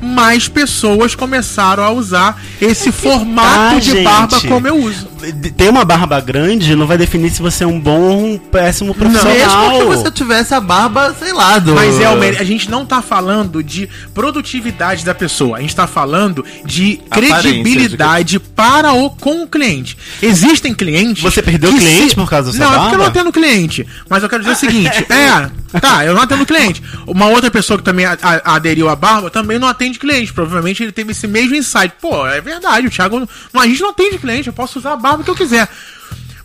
B: Mais pessoas começaram a usar esse formato
D: tá,
B: de barba
D: gente.
B: como eu uso.
D: Ter uma barba grande não vai definir se você é um bom ou um péssimo profissional.
C: Mesmo que você
B: tá
C: tivesse a barba, sei lá, do...
B: Mas é o mérito. A gente não tá falando de produtividade da pessoa. A gente tá falando de
C: Aparência,
B: credibilidade para o com o cliente. Existem clientes.
D: Você perdeu
B: que
D: cliente por causa da sua
B: Não, é porque eu não
D: barba?
B: atendo cliente. Mas eu quero dizer o seguinte: [laughs] é, tá, eu não atendo cliente. Uma outra pessoa que também a- a- aderiu à barba também não atende cliente. Provavelmente ele teve esse mesmo insight. Pô, é verdade, o Thiago. não- não- A gente não atende cliente, eu posso usar a barba que eu quiser.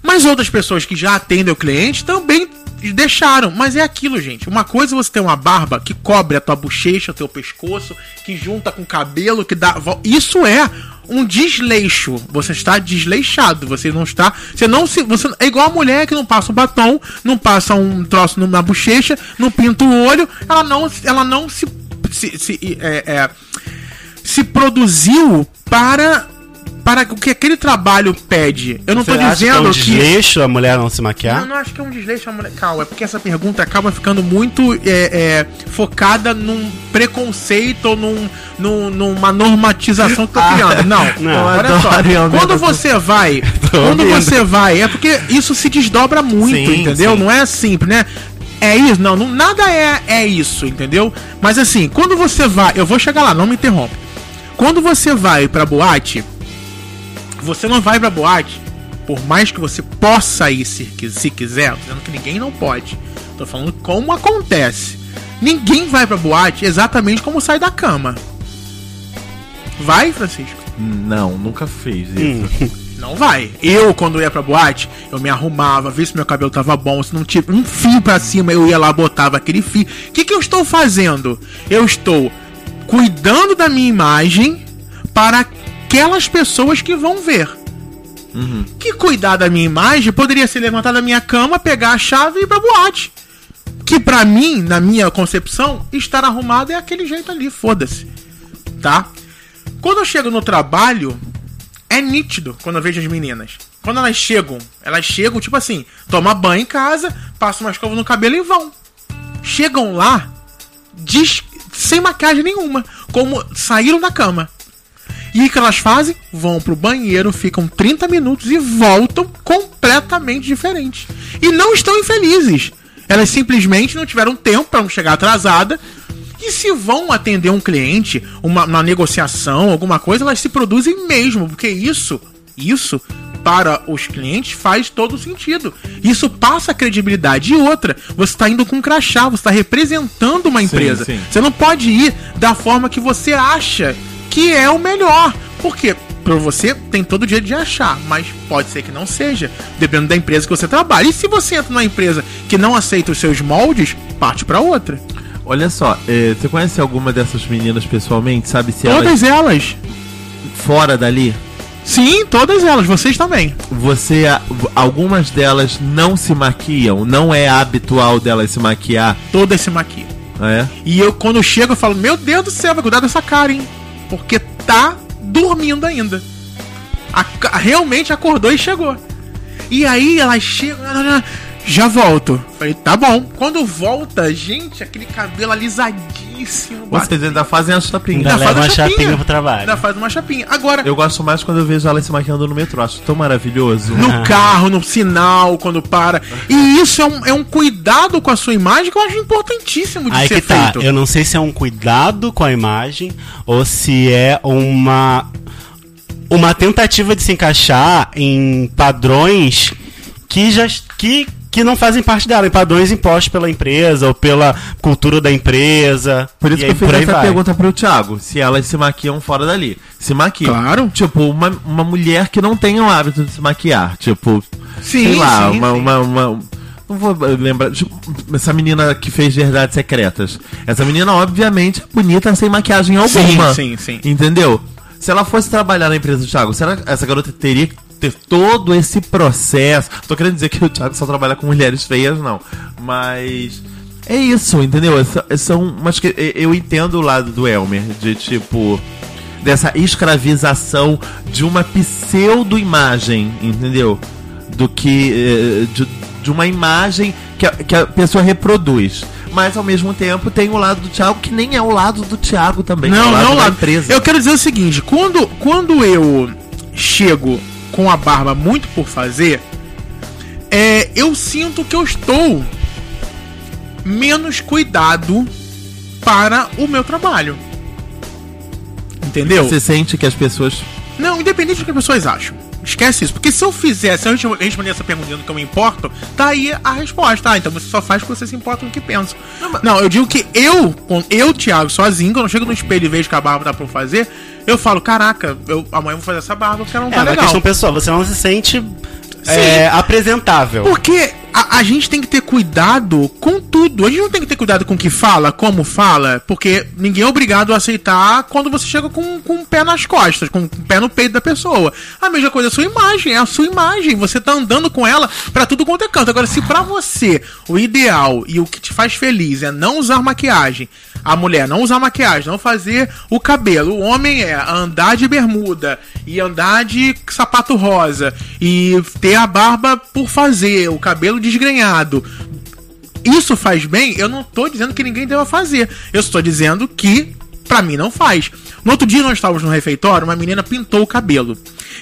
B: Mas outras pessoas que já atendem o cliente também deixaram. Mas é aquilo, gente. Uma coisa é você ter uma barba que cobre a tua bochecha, o teu pescoço, que junta com o cabelo, que dá. vo- Isso é um desleixo. Você está desleixado. Você não está. Você não se. Você é igual a mulher que não passa um batom, não passa um troço na bochecha, não pinta o olho. Ela não, ela não se. se, se- é- é, se produziu para. Para o que aquele trabalho pede. Eu não
D: Você
B: tô
D: acha que é
B: dizendo
D: um
B: que.
D: desleixo a mulher não se maquiar?
B: Eu não acho que é um desleixo a mulher. Calma, é porque essa pergunta acaba ficando muito é, é, focada num preconceito ou num, num- numa normatização que tá criando. Não,
D: Ah, [laughs] não,
B: olha
C: adoro
B: só.
C: em algum-
B: Quando você vai. Quando
D: ouvindo.
B: você vai, é porque isso se desdobra muito,
C: Sim,
B: entendeu?
C: sim.
B: Não é simples, né? É isso? Não, não- nada é, é isso, entendeu? Mas assim, quando você vai. Eu vou chegar lá, não me interrompe. Quando você vai pra boate, você não vai pra boate, por mais que você possa ir se, qui- se quiser, tô dizendo que ninguém não pode. Tô falando como acontece. Ninguém vai pra boate exatamente como sai da cama. Vai, Francisco?
C: Não, nunca fez isso.
B: Hum. Não vai. Eu, quando ia pra boate, eu me arrumava, via se meu cabelo tava bom, se não tinha um fio pra cima, eu ia lá, botava aquele fio. O que, que eu estou fazendo? Eu estou cuidando da minha imagem para aquelas pessoas que vão ver. Que cuidar da minha imagem poderia ser levantar da minha cama, pegar a chave e ir pra boate. Que pra mim, na minha concepção, estar arrumado é aquele jeito ali, foda-se. Tá? Quando eu chego no trabalho, é nítido quando eu vejo as meninas. Quando elas chegam, elas chegam, tipo assim, toma banho em casa, passa uma escova no cabelo e vão. Chegam lá, des- sem maquiagem nenhuma, como saíram da cama. E o que elas fazem? Vão pro banheiro, ficam 30 minutos e voltam completamente diferentes. E não estão infelizes. Elas simplesmente não tiveram tempo para não chegar atrasada. E se vão atender um cliente, uma, uma negociação, alguma coisa, elas se produzem mesmo, porque isso, isso para os clientes faz todo sentido. Isso passa credibilidade. E outra, você está indo com um crachá, você está representando uma empresa.
C: sim.
B: Você não pode ir da forma que você acha que é o melhor. Porque pra você tem todo dia de achar, mas pode ser que não seja, dependendo da empresa que você trabalha. E se você entra numa empresa que não aceita os seus moldes, parte pra outra.
C: Olha só, eh, você conhece alguma dessas meninas pessoalmente? Sabe se elas
B: Todas elas.
C: fora dali?
B: Sim, todas elas, vocês também.
C: Você, a- algumas delas não se maquiam, não é habitual delas se maquiar,
B: Todas se maquiam.
C: é?
B: E eu, quando chego, eu falo: Meu Deus do céu, vai cuidar dessa cara, hein? Porque tá dormindo ainda. A ca- realmente acordou e chegou. E aí ela chega. Já volto. Falei: Tá bom. Quando volta, gente, aquele cabelo alisadíssimo. bate-
C: Vocês ainda fazem a chapinha.
D: Ainda leva
B: faz
D: uma
B: a chapinha.
D: chapinha pro trabalho.
B: Ainda faz uma chapinha. Agora,
C: Eu gosto mais quando eu vejo elas se maquiando no metrô, acho tão maravilhoso. Ah.
D: Ah.
B: no carro, no sinal, quando para. E isso é um, é um cuidado com a sua imagem que eu acho importantíssimo de
D: Aí
B: ser
D: que tá.
B: feito.
D: Eu não sei se é um cuidado com a imagem ou se é uma uma tentativa de se encaixar em padrões que já que que não fazem parte dela, em padrões impostos pela empresa ou pela cultura da empresa.
C: Por
D: E
C: isso que
D: aí
C: eu fiz
D: aí
C: essa
D: vai.
C: pergunta pro Thiago, se elas se maquiam fora dali. Se maquiam.
B: Claro.
C: Tipo, uma, uma mulher que não tem o hábito de se maquiar. Tipo,
B: Sim,
C: sei lá,
B: sim,
C: uma,
B: sim.
C: uma, uma- Não vou lembrar. tipo, essa menina que fez Verdades Secretas. Essa menina, obviamente, é bonita sem maquiagem alguma.
B: sim, sim.
C: Entendeu? Se ela fosse trabalhar na empresa do Thiago, será que essa garota teria que ter todo esse processo. Tô querendo dizer que o Thiago só trabalha com mulheres feias, não. Mas. É isso, entendeu? Essa- São. um, Mas que é, eu entendo o lado do Elmer, de tipo. Dessa escravização de uma pseudo-imagem, entendeu? Do que. eh, De, de uma imagem que a, que a pessoa reproduz. Mas ao mesmo tempo tem o lado do Thiago, que nem é o lado do Thiago também. é
B: Não,
C: o lado
B: não
C: da
B: lá.
C: empresa.
B: Eu quero dizer o seguinte: quando, quando eu chego com a barba muito por fazer, é, eu sinto que eu estou menos cuidado para o meu trabalho. Entendeu?
C: Você sente que as pessoas
B: Não, independente do que as pessoas acham. Esquece isso. Porque se eu fizesse, antes de eu responder essa pergunta dizendo que eu me importo, tá aí a resposta. Ah, então você só faz porque você se importa com o que pensa. Não, eu digo que eu, com- eu, Thiago, sozinho, quando eu chego no espelho e vejo que a barba dá pra eu fazer, eu falo, caraca, eu, amanhã eu vou fazer essa barba porque ela não
D: É,
B: tá
D: uma
B: legal.
D: questão pessoal, você não se sente é, apresentável.
B: Porque a, a gente tem que ter cuidado com tudo. A gente não tem que ter cuidado com o que fala, como fala, porque ninguém é obrigado a aceitar quando você chega com, com o pé nas costas, com, com o pé no peito da pessoa. A mesma coisa é a sua imagem, é a sua imagem. Você tá andando com ela pra tudo quanto é canto. Agora, se pra você o ideal e o que te faz feliz é não usar maquiagem, a mulher não usar maquiagem, não fazer o cabelo. O homem é andar de bermuda e andar de sapato rosa e ter a barba por fazer, o cabelo desgrenhado. Isso faz bem? Eu não tô dizendo que ninguém deva fazer. Eu estou dizendo que pra mim não faz. No outro dia nós estávamos no refeitório, uma menina pintou o cabelo.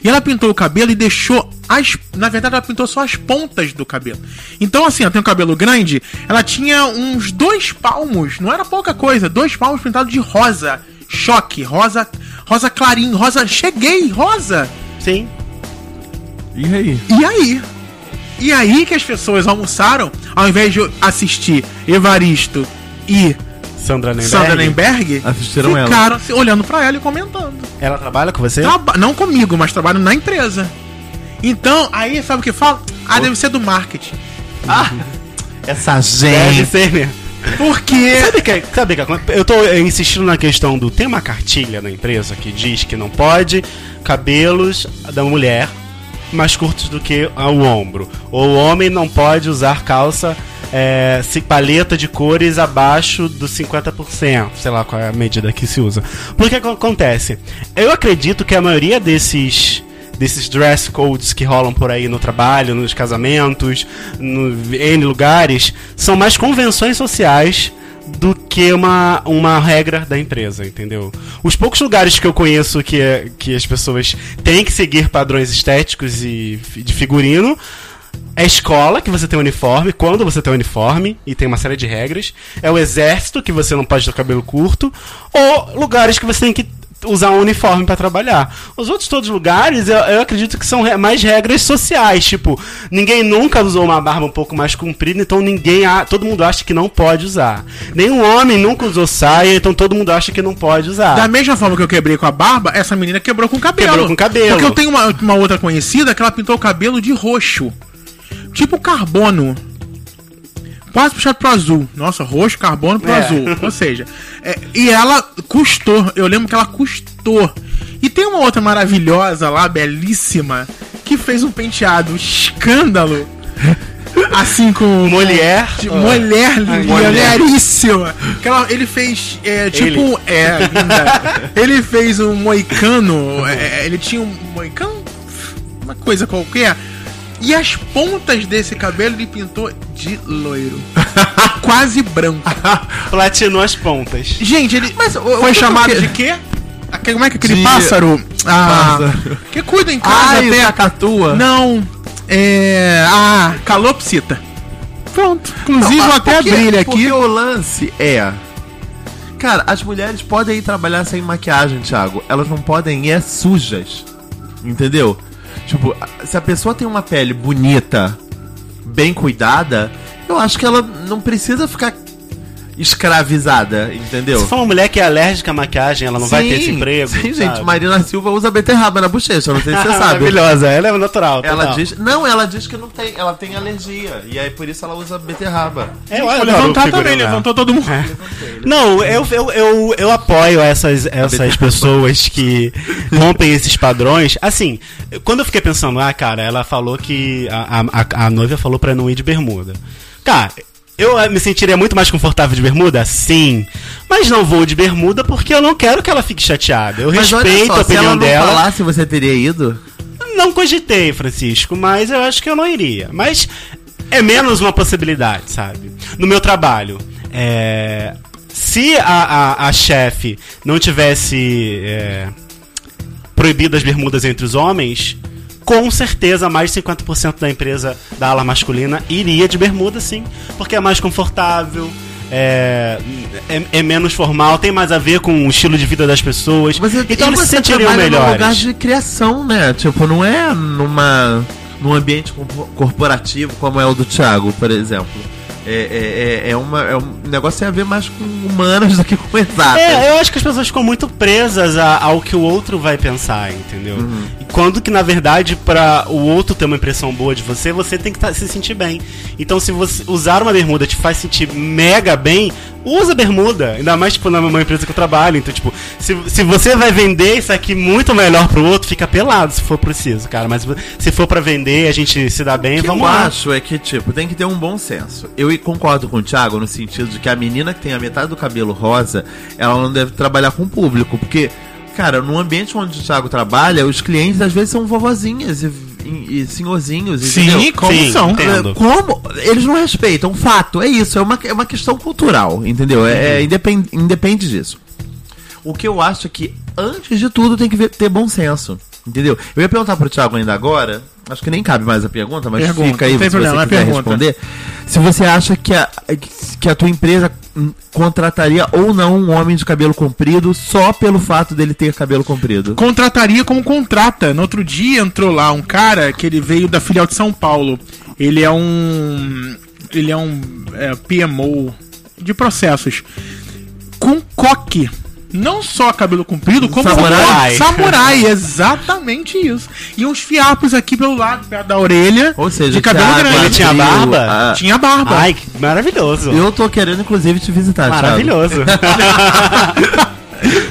B: E ela pintou o cabelo e deixou as, na verdade ela pintou só as pontas do cabelo. Então assim, ela tem um cabelo grande, ela tinha uns dois palmos, não era pouca coisa, dois palmos pintados de rosa, choque, rosa, rosa clarinho, rosa, cheguei, rosa.
D: Sim.
C: E aí?
B: E aí? E aí que as pessoas almoçaram, ao invés de assistir Evaristo e
D: Sandra Nenberg.
B: Sandra Nemberg,
C: Assistiram ela.
B: ficaram assim, olhando pra ela e comentando.
D: Ela trabalha com você?
B: Traba- não comigo, mas trabalham na empresa. Então, aí sabe o que fala? Ah, deve ser do marketing.
C: Essa
D: Deve
C: gente.
D: ser, né?
B: Porque.
D: Sabe que, é, sabe que acon- eu tô eh, insistindo na questão do tema cartilha da empresa que diz que não pode cabelos da mulher mais curtos do que o ombro. Ou o homem não pode usar calça eh, se- paleta de cores abaixo dos 50%, sei lá qual é a medida que se usa. Porque que acontece? Eu acredito que a maioria desses desses dress codes que rolam por aí no trabalho, nos casamentos, no N lugares, são mais convenções sociais do que uma, uma regra da empresa, entendeu? Os poucos lugares que eu conheço que, é- que as pessoas têm que seguir padrões estéticos e fi- de figurino é escola, que você tem uniforme, quando você tem uniforme, e tem uma série de regras. É o exército, que você não pode ter cabelo curto. Ou lugares que você tem que usar um uniforme pra trabalhar. Os outros todos lugares, eu, eu acredito que são re- mais regras sociais. Tipo, ninguém nunca usou uma barba um pouco mais comprida, então ninguém. a- todo mundo acha que não pode usar. Nenhum homem nunca usou saia, então todo mundo acha que não pode usar.
B: Da mesma forma que eu quebrei com a barba, essa menina quebrou com o cabelo.
D: Quebrou com o cabelo.
B: Porque eu tenho uma, uma outra conhecida que ela pintou o cabelo de roxo. Tipo carbono. Quase puxado pro azul. Nossa, roxo, carbono pro
D: É. [laughs]
B: azul. Ou seja, é, e ela custou. Eu lembro que ela custou. E tem uma outra maravilhosa lá, belíssima, que fez um penteado
D: [laughs]
B: escândalo. Assim com.
D: Mulher.
B: Ah. De mulher, linda,
D: mulher.
B: mulheríssima. Que ela- ele fez, é, tipo, é, [laughs] linda. Ele fez um moicano, é, é, ele tinha um moicano, uma coisa qualquer. E as pontas desse cabelo ele pintou de [laughs] loiro. Quase branco.
D: [laughs] Platinou as pontas.
B: Gente, ele
C: o
B: foi
C: que
B: chamado
C: que-
B: de quê? Aquele- Como é que é aquele
C: De-
B: pássaro? Ah,
C: Pássaro.
B: Que cuida em casa
C: Ai,
B: até.
C: cacatua.
B: Não, é. Ah, calopsita. Pronto. Inclusive, eu até
C: porque-
B: brilha aqui.
C: Porque o lance é. Cara, as mulheres podem ir trabalhar sem maquiagem, Thiago. Elas não podem ir é sujas. Entendeu? Tipo, se a pessoa tem uma pele bonita, bem cuidada, eu acho que ela não precisa ficar escravizada, entendeu?
D: Se for uma mulher que é alérgica à maquiagem, ela não vai ter esse emprego. sabe?
C: Sim, gente, Marina Silva usa beterraba na bochecha, não
D: [laughs]
C: sei se você sabe.
D: Ah, Maravilhosa, ela é natural.
C: Ela
D: total.
C: diz, não, ela diz que não tem, ela tem alergia e aí por isso ela usa beterraba.
D: É, eu
B: Vou
D: adoro o
B: levantar
D: figurino
C: né?
B: também,
D: dela.
C: [laughs]
B: levantou todo mundo.
D: É. Não, eu, eu, eu, eu apoio essas, essas pessoas que rompem esses padrões. Assim, quando eu fiquei pensando, ah, cara, ela falou que. A, a- a, a noiva falou pra não ir de bermuda. Cara. Eu eh, me sentiria muito mais confortável de bermuda? Sim. Mas não vou de bermuda porque eu não quero que ela fique chateada. Eu respeito a
C: se ela
D: opinião
C: não
D: dela.
C: falasse, você teria ido?
D: Não cogitei, Francisco, mas eu acho que eu não iria. Mas é menos uma possibilidade, sabe? No meu trabalho, é, se a, a, a chefe não tivesse é, proibido as bermudas entre os homens, com certeza mais de 50% da empresa da ala masculina iria de bermuda, sim. Porque é mais confortável. É, é, é menos formal, tem mais a ver com o estilo de vida das pessoas.
C: Você,
D: então
C: e
D: eles se
C: você
D: sentiriam
C: trabalha num
D: melhores.
C: lugar de criação, né? Tipo, não é numa num ambiente compo- corporativo como é o do Thiago, por exemplo. É, é, é, é uma, é um negócio tem a ver mais com humanos do que com exatas.
D: É, eu acho que as pessoas ficam muito presas a- ao que o outro vai pensar, entendeu?
C: Uhum.
D: E Quando que, na verdade, pra o outro ter uma impressão boa de você, você tem que tá- se sentir bem. Então, se você usar uma bermuda te faz sentir mega bem, usa bermuda. Ainda mais, tipo, na mesma empresa que eu trabalho. Então, tipo, se, se você vai vender isso aqui muito melhor pro outro, fica pelado se for preciso, cara. Mas se for pra vender, a gente se dá bem,
C: O que
D: vamos
C: eu
D: lá.
C: acho é que, tipo, tem que ter um bom senso. Eu concordo com o Thiago no sentido de que a menina que tem a metade do cabelo rosa, ela não deve trabalhar com o público, porque, cara, no ambiente onde o Thiago trabalha, os clientes às vezes são vovozinhas e, e- e senhorzinhos, entendeu?
B: como
D: Sim,
B: são. né?
D: entendo.
C: É, Como? Eles não respeitam. Fato, é isso. É uma, é uma questão cultural, entendeu? É, é independ- independe disso. O que eu acho é que, antes de tudo, tem que ver- ter bom senso. Entendeu? Eu ia perguntar pro Thiago ainda agora, acho que nem cabe mais a pergunta, mas
B: Pergunta,
C: fica aí
B: não
C: se
B: tem problema,
C: você
B: é
C: quiser
B: pergunta.
C: responder. Se você acha que a, que a tua empresa hum, contrataria ou não um homem de cabelo comprido só pelo fato dele ter cabelo comprido.
B: Contrataria como contrata. No outro dia entrou lá um cara que ele veio da filial de São Paulo. Ele é um. Ele é um é, PMO de processos. Com coque. Não só cabelo comprido, como
C: Samurai.
B: um samurai, exatamente isso. E uns fiapos aqui pelo lado, perto da orelha.
C: Ou seja,
B: de cabelo
C: Thiago
B: grande.
D: Ele tinha
C: abriu
D: barba?
C: a-
B: Tinha barba.
D: Ai, que maravilhoso.
C: Eu tô querendo, inclusive, te visitar, Thiago. [laughs]
D: Maravilhoso.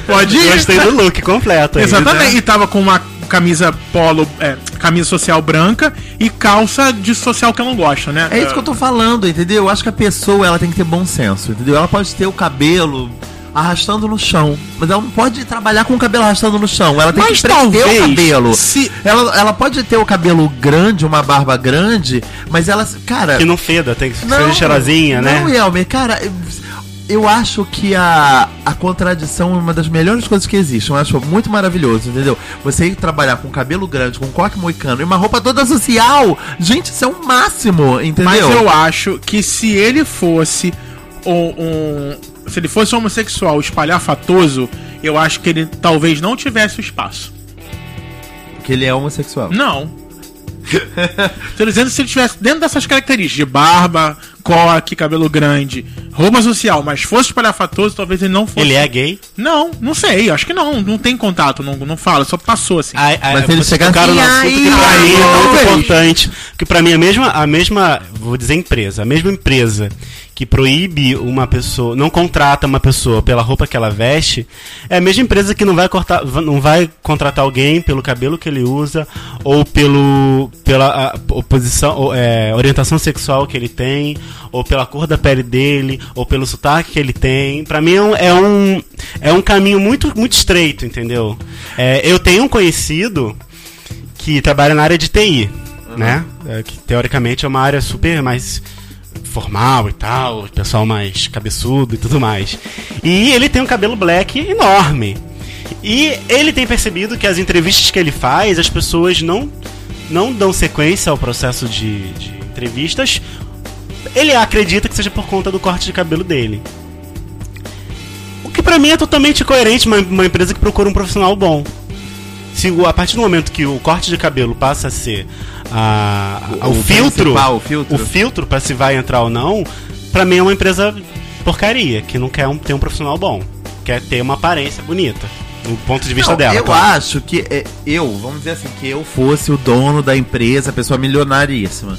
B: Pode ir.
D: Gostei do look completo. aí.
B: Exatamente. E tava com uma camisa polo, é, camisa social branca e calça de social que eu não gosto, né?
C: É isso que eu tô falando, entendeu? Eu acho que a pessoa ela tem que ter bom senso, entendeu? Ela pode ter o cabelo arrastando no chão, mas ela não pode trabalhar com o cabelo arrastando no chão. Ela tem
B: Mas
C: que prender
B: talvez,
C: o cabelo.
B: se-
C: Ela, ela pode ter o cabelo grande, uma barba grande, mas ela, cara,
D: Que não feda, tem que ser cheirosinha, né?
C: Não, Yelmer, cara, eu- eu acho que a, a contradição é uma das melhores coisas que existem. Eu acho muito maravilhoso, entendeu? Você ir trabalhar com cabelo grande, com coque moicano e uma roupa toda social, gente, isso é o máximo, entendeu?
B: Mas eu acho que se ele fosse um, um- Se ele fosse homossexual espalhafatoso, eu acho que ele talvez não tivesse o espaço.
C: Que ele é homossexual.
B: Não. Tô dizendo se ele tivesse dentro dessas características de barba, coque, cabelo grande, roupa social, mas fosse espalhafatoso, talvez ele não fosse.
D: Ele é gay?
B: Não, não sei, acho que não, não tem contato, não, não fala, só passou assim.
D: Ai, ai,
C: Mas se ele
D: vocês
C: chegar
D: tocaram
C: assim,
D: no assunto
C: "Ai,
D: que pra mim é
C: ai,
D: muito
C: ai".
D: importante. Que pra mim é a mesma, a mesma, vou dizer empresa, a mesma empresa que proíbe uma pessoa, não contrata uma pessoa pela roupa que ela veste, é a mesma empresa que não vai cortar, não vai contratar alguém pelo cabelo que ele usa ou pelo pela a, oposição, ou, é, orientação sexual que ele tem, ou pela cor da pele dele, ou pelo sotaque que ele tem. Pra mim é um é um, é um caminho muito muito estreito, entendeu? É, eu tenho um conhecido que trabalha na área de TI, né? É, que teoricamente é uma área super mais formal e tal, o pessoal mais cabeçudo e tudo mais. E ele tem um cabelo black enorme. E ele tem percebido que as entrevistas que ele faz, as pessoas não, não dão sequência ao processo de, de entrevistas. Ele acredita que seja por conta do corte de cabelo dele. O que pra mim é totalmente coerente uma, uma empresa que procura um profissional bom. Se o- a partir do momento que o corte de cabelo passa a ser a, a-
C: O
D: o, filtro,
C: principal, o filtro.
D: o filtro para se vai entrar ou não, pra mim é uma empresa porcaria, que não quer um, ter um profissional bom. Quer ter uma aparência bonita. Do ponto de vista
C: Não,
D: dela.
C: eu
D: claro.
C: acho que é, eu, vamos dizer assim, que eu fosse o dono da empresa, a pessoa milionaríssima.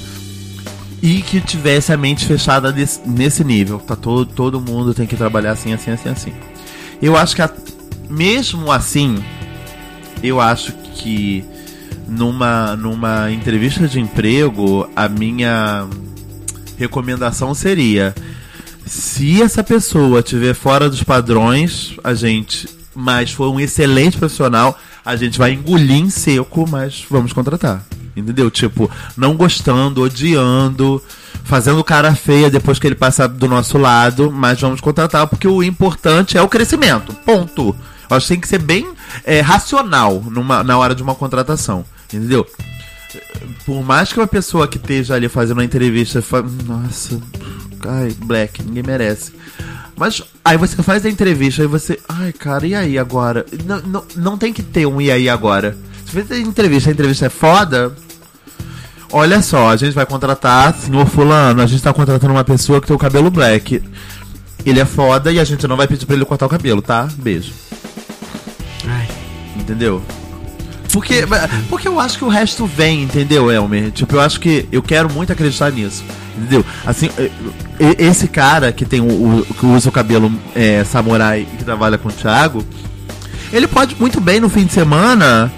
C: E que tivesse a mente fechada desse- nesse nível. Tá todo, todo mundo tem que trabalhar assim, assim, assim, assim. Eu acho que a- mesmo assim, eu acho que numa, numa entrevista de emprego, a minha recomendação seria se essa pessoa estiver fora dos padrões, a gente, mas for um excelente profissional, a gente vai engolir em seco, mas vamos contratar. Entendeu? Tipo, não gostando, odiando, fazendo cara feia depois que ele passar do nosso lado, mas vamos contratar porque o importante é o crescimento. Ponto. Eu acho que tem que ser bem eh, racional numa- na hora de uma contratação. Entendeu? por mais que uma pessoa que esteja ali fazendo uma entrevista fa... nossa, ai, black, ninguém merece. Mas aí você faz a entrevista e você, ai, cara, e aí agora? Não, não, não tem que ter um e aí agora. Se você tem entrevista, a entrevista é foda. Olha só, a gente vai contratar, senhor fulano, a gente tá contratando uma pessoa que tem o cabelo black. Ele é foda e a gente não vai pedir pra ele cortar o cabelo, tá? Beijo.
D: Ai.
C: Entendeu? Porque, porque eu acho que o resto vem, entendeu, Elmer? Tipo, eu acho que eu quero muito acreditar nisso. Entendeu? Assim, eh, eh, esse cara que tem o, o- que usa o cabelo eh, samurai e que trabalha com o Thiago, ele pode muito bem no fim de semana,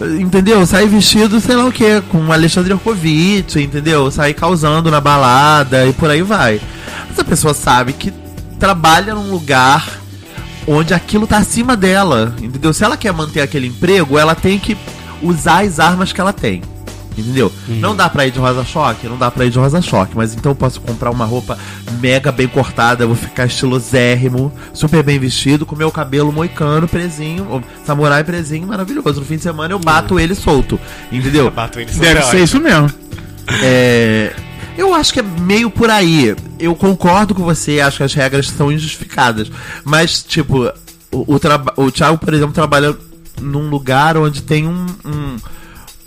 C: eh, entendeu? Sair vestido, sei lá o que, com Alexandre Orkovitch, entendeu? Sair causando na balada e por aí vai. Mas a pessoa sabe que trabalha num lugar onde aquilo tá acima dela, entendeu? Se ela quer manter aquele emprego, ela tem que usar as armas que ela tem. Entendeu? Não dá pra ir de rosa choque? Não dá pra ir de rosa choque, mas então eu posso comprar uma roupa mega bem cortada, vou ficar estilosérrimo, super bem vestido, com meu cabelo moicano, presinho, ou samurai presinho, maravilhoso. No fim de semana eu bato ele solto, entendeu?
D: Bato ele
B: Deve
D: sobre
B: ser isso mesmo.
C: É, eu acho que é meio por aí. Eu concordo com você, acho que as regras são injustificadas. Mas, tipo, o, o, traba- o Thiago, por exemplo, trabalha num lugar onde tem um, um,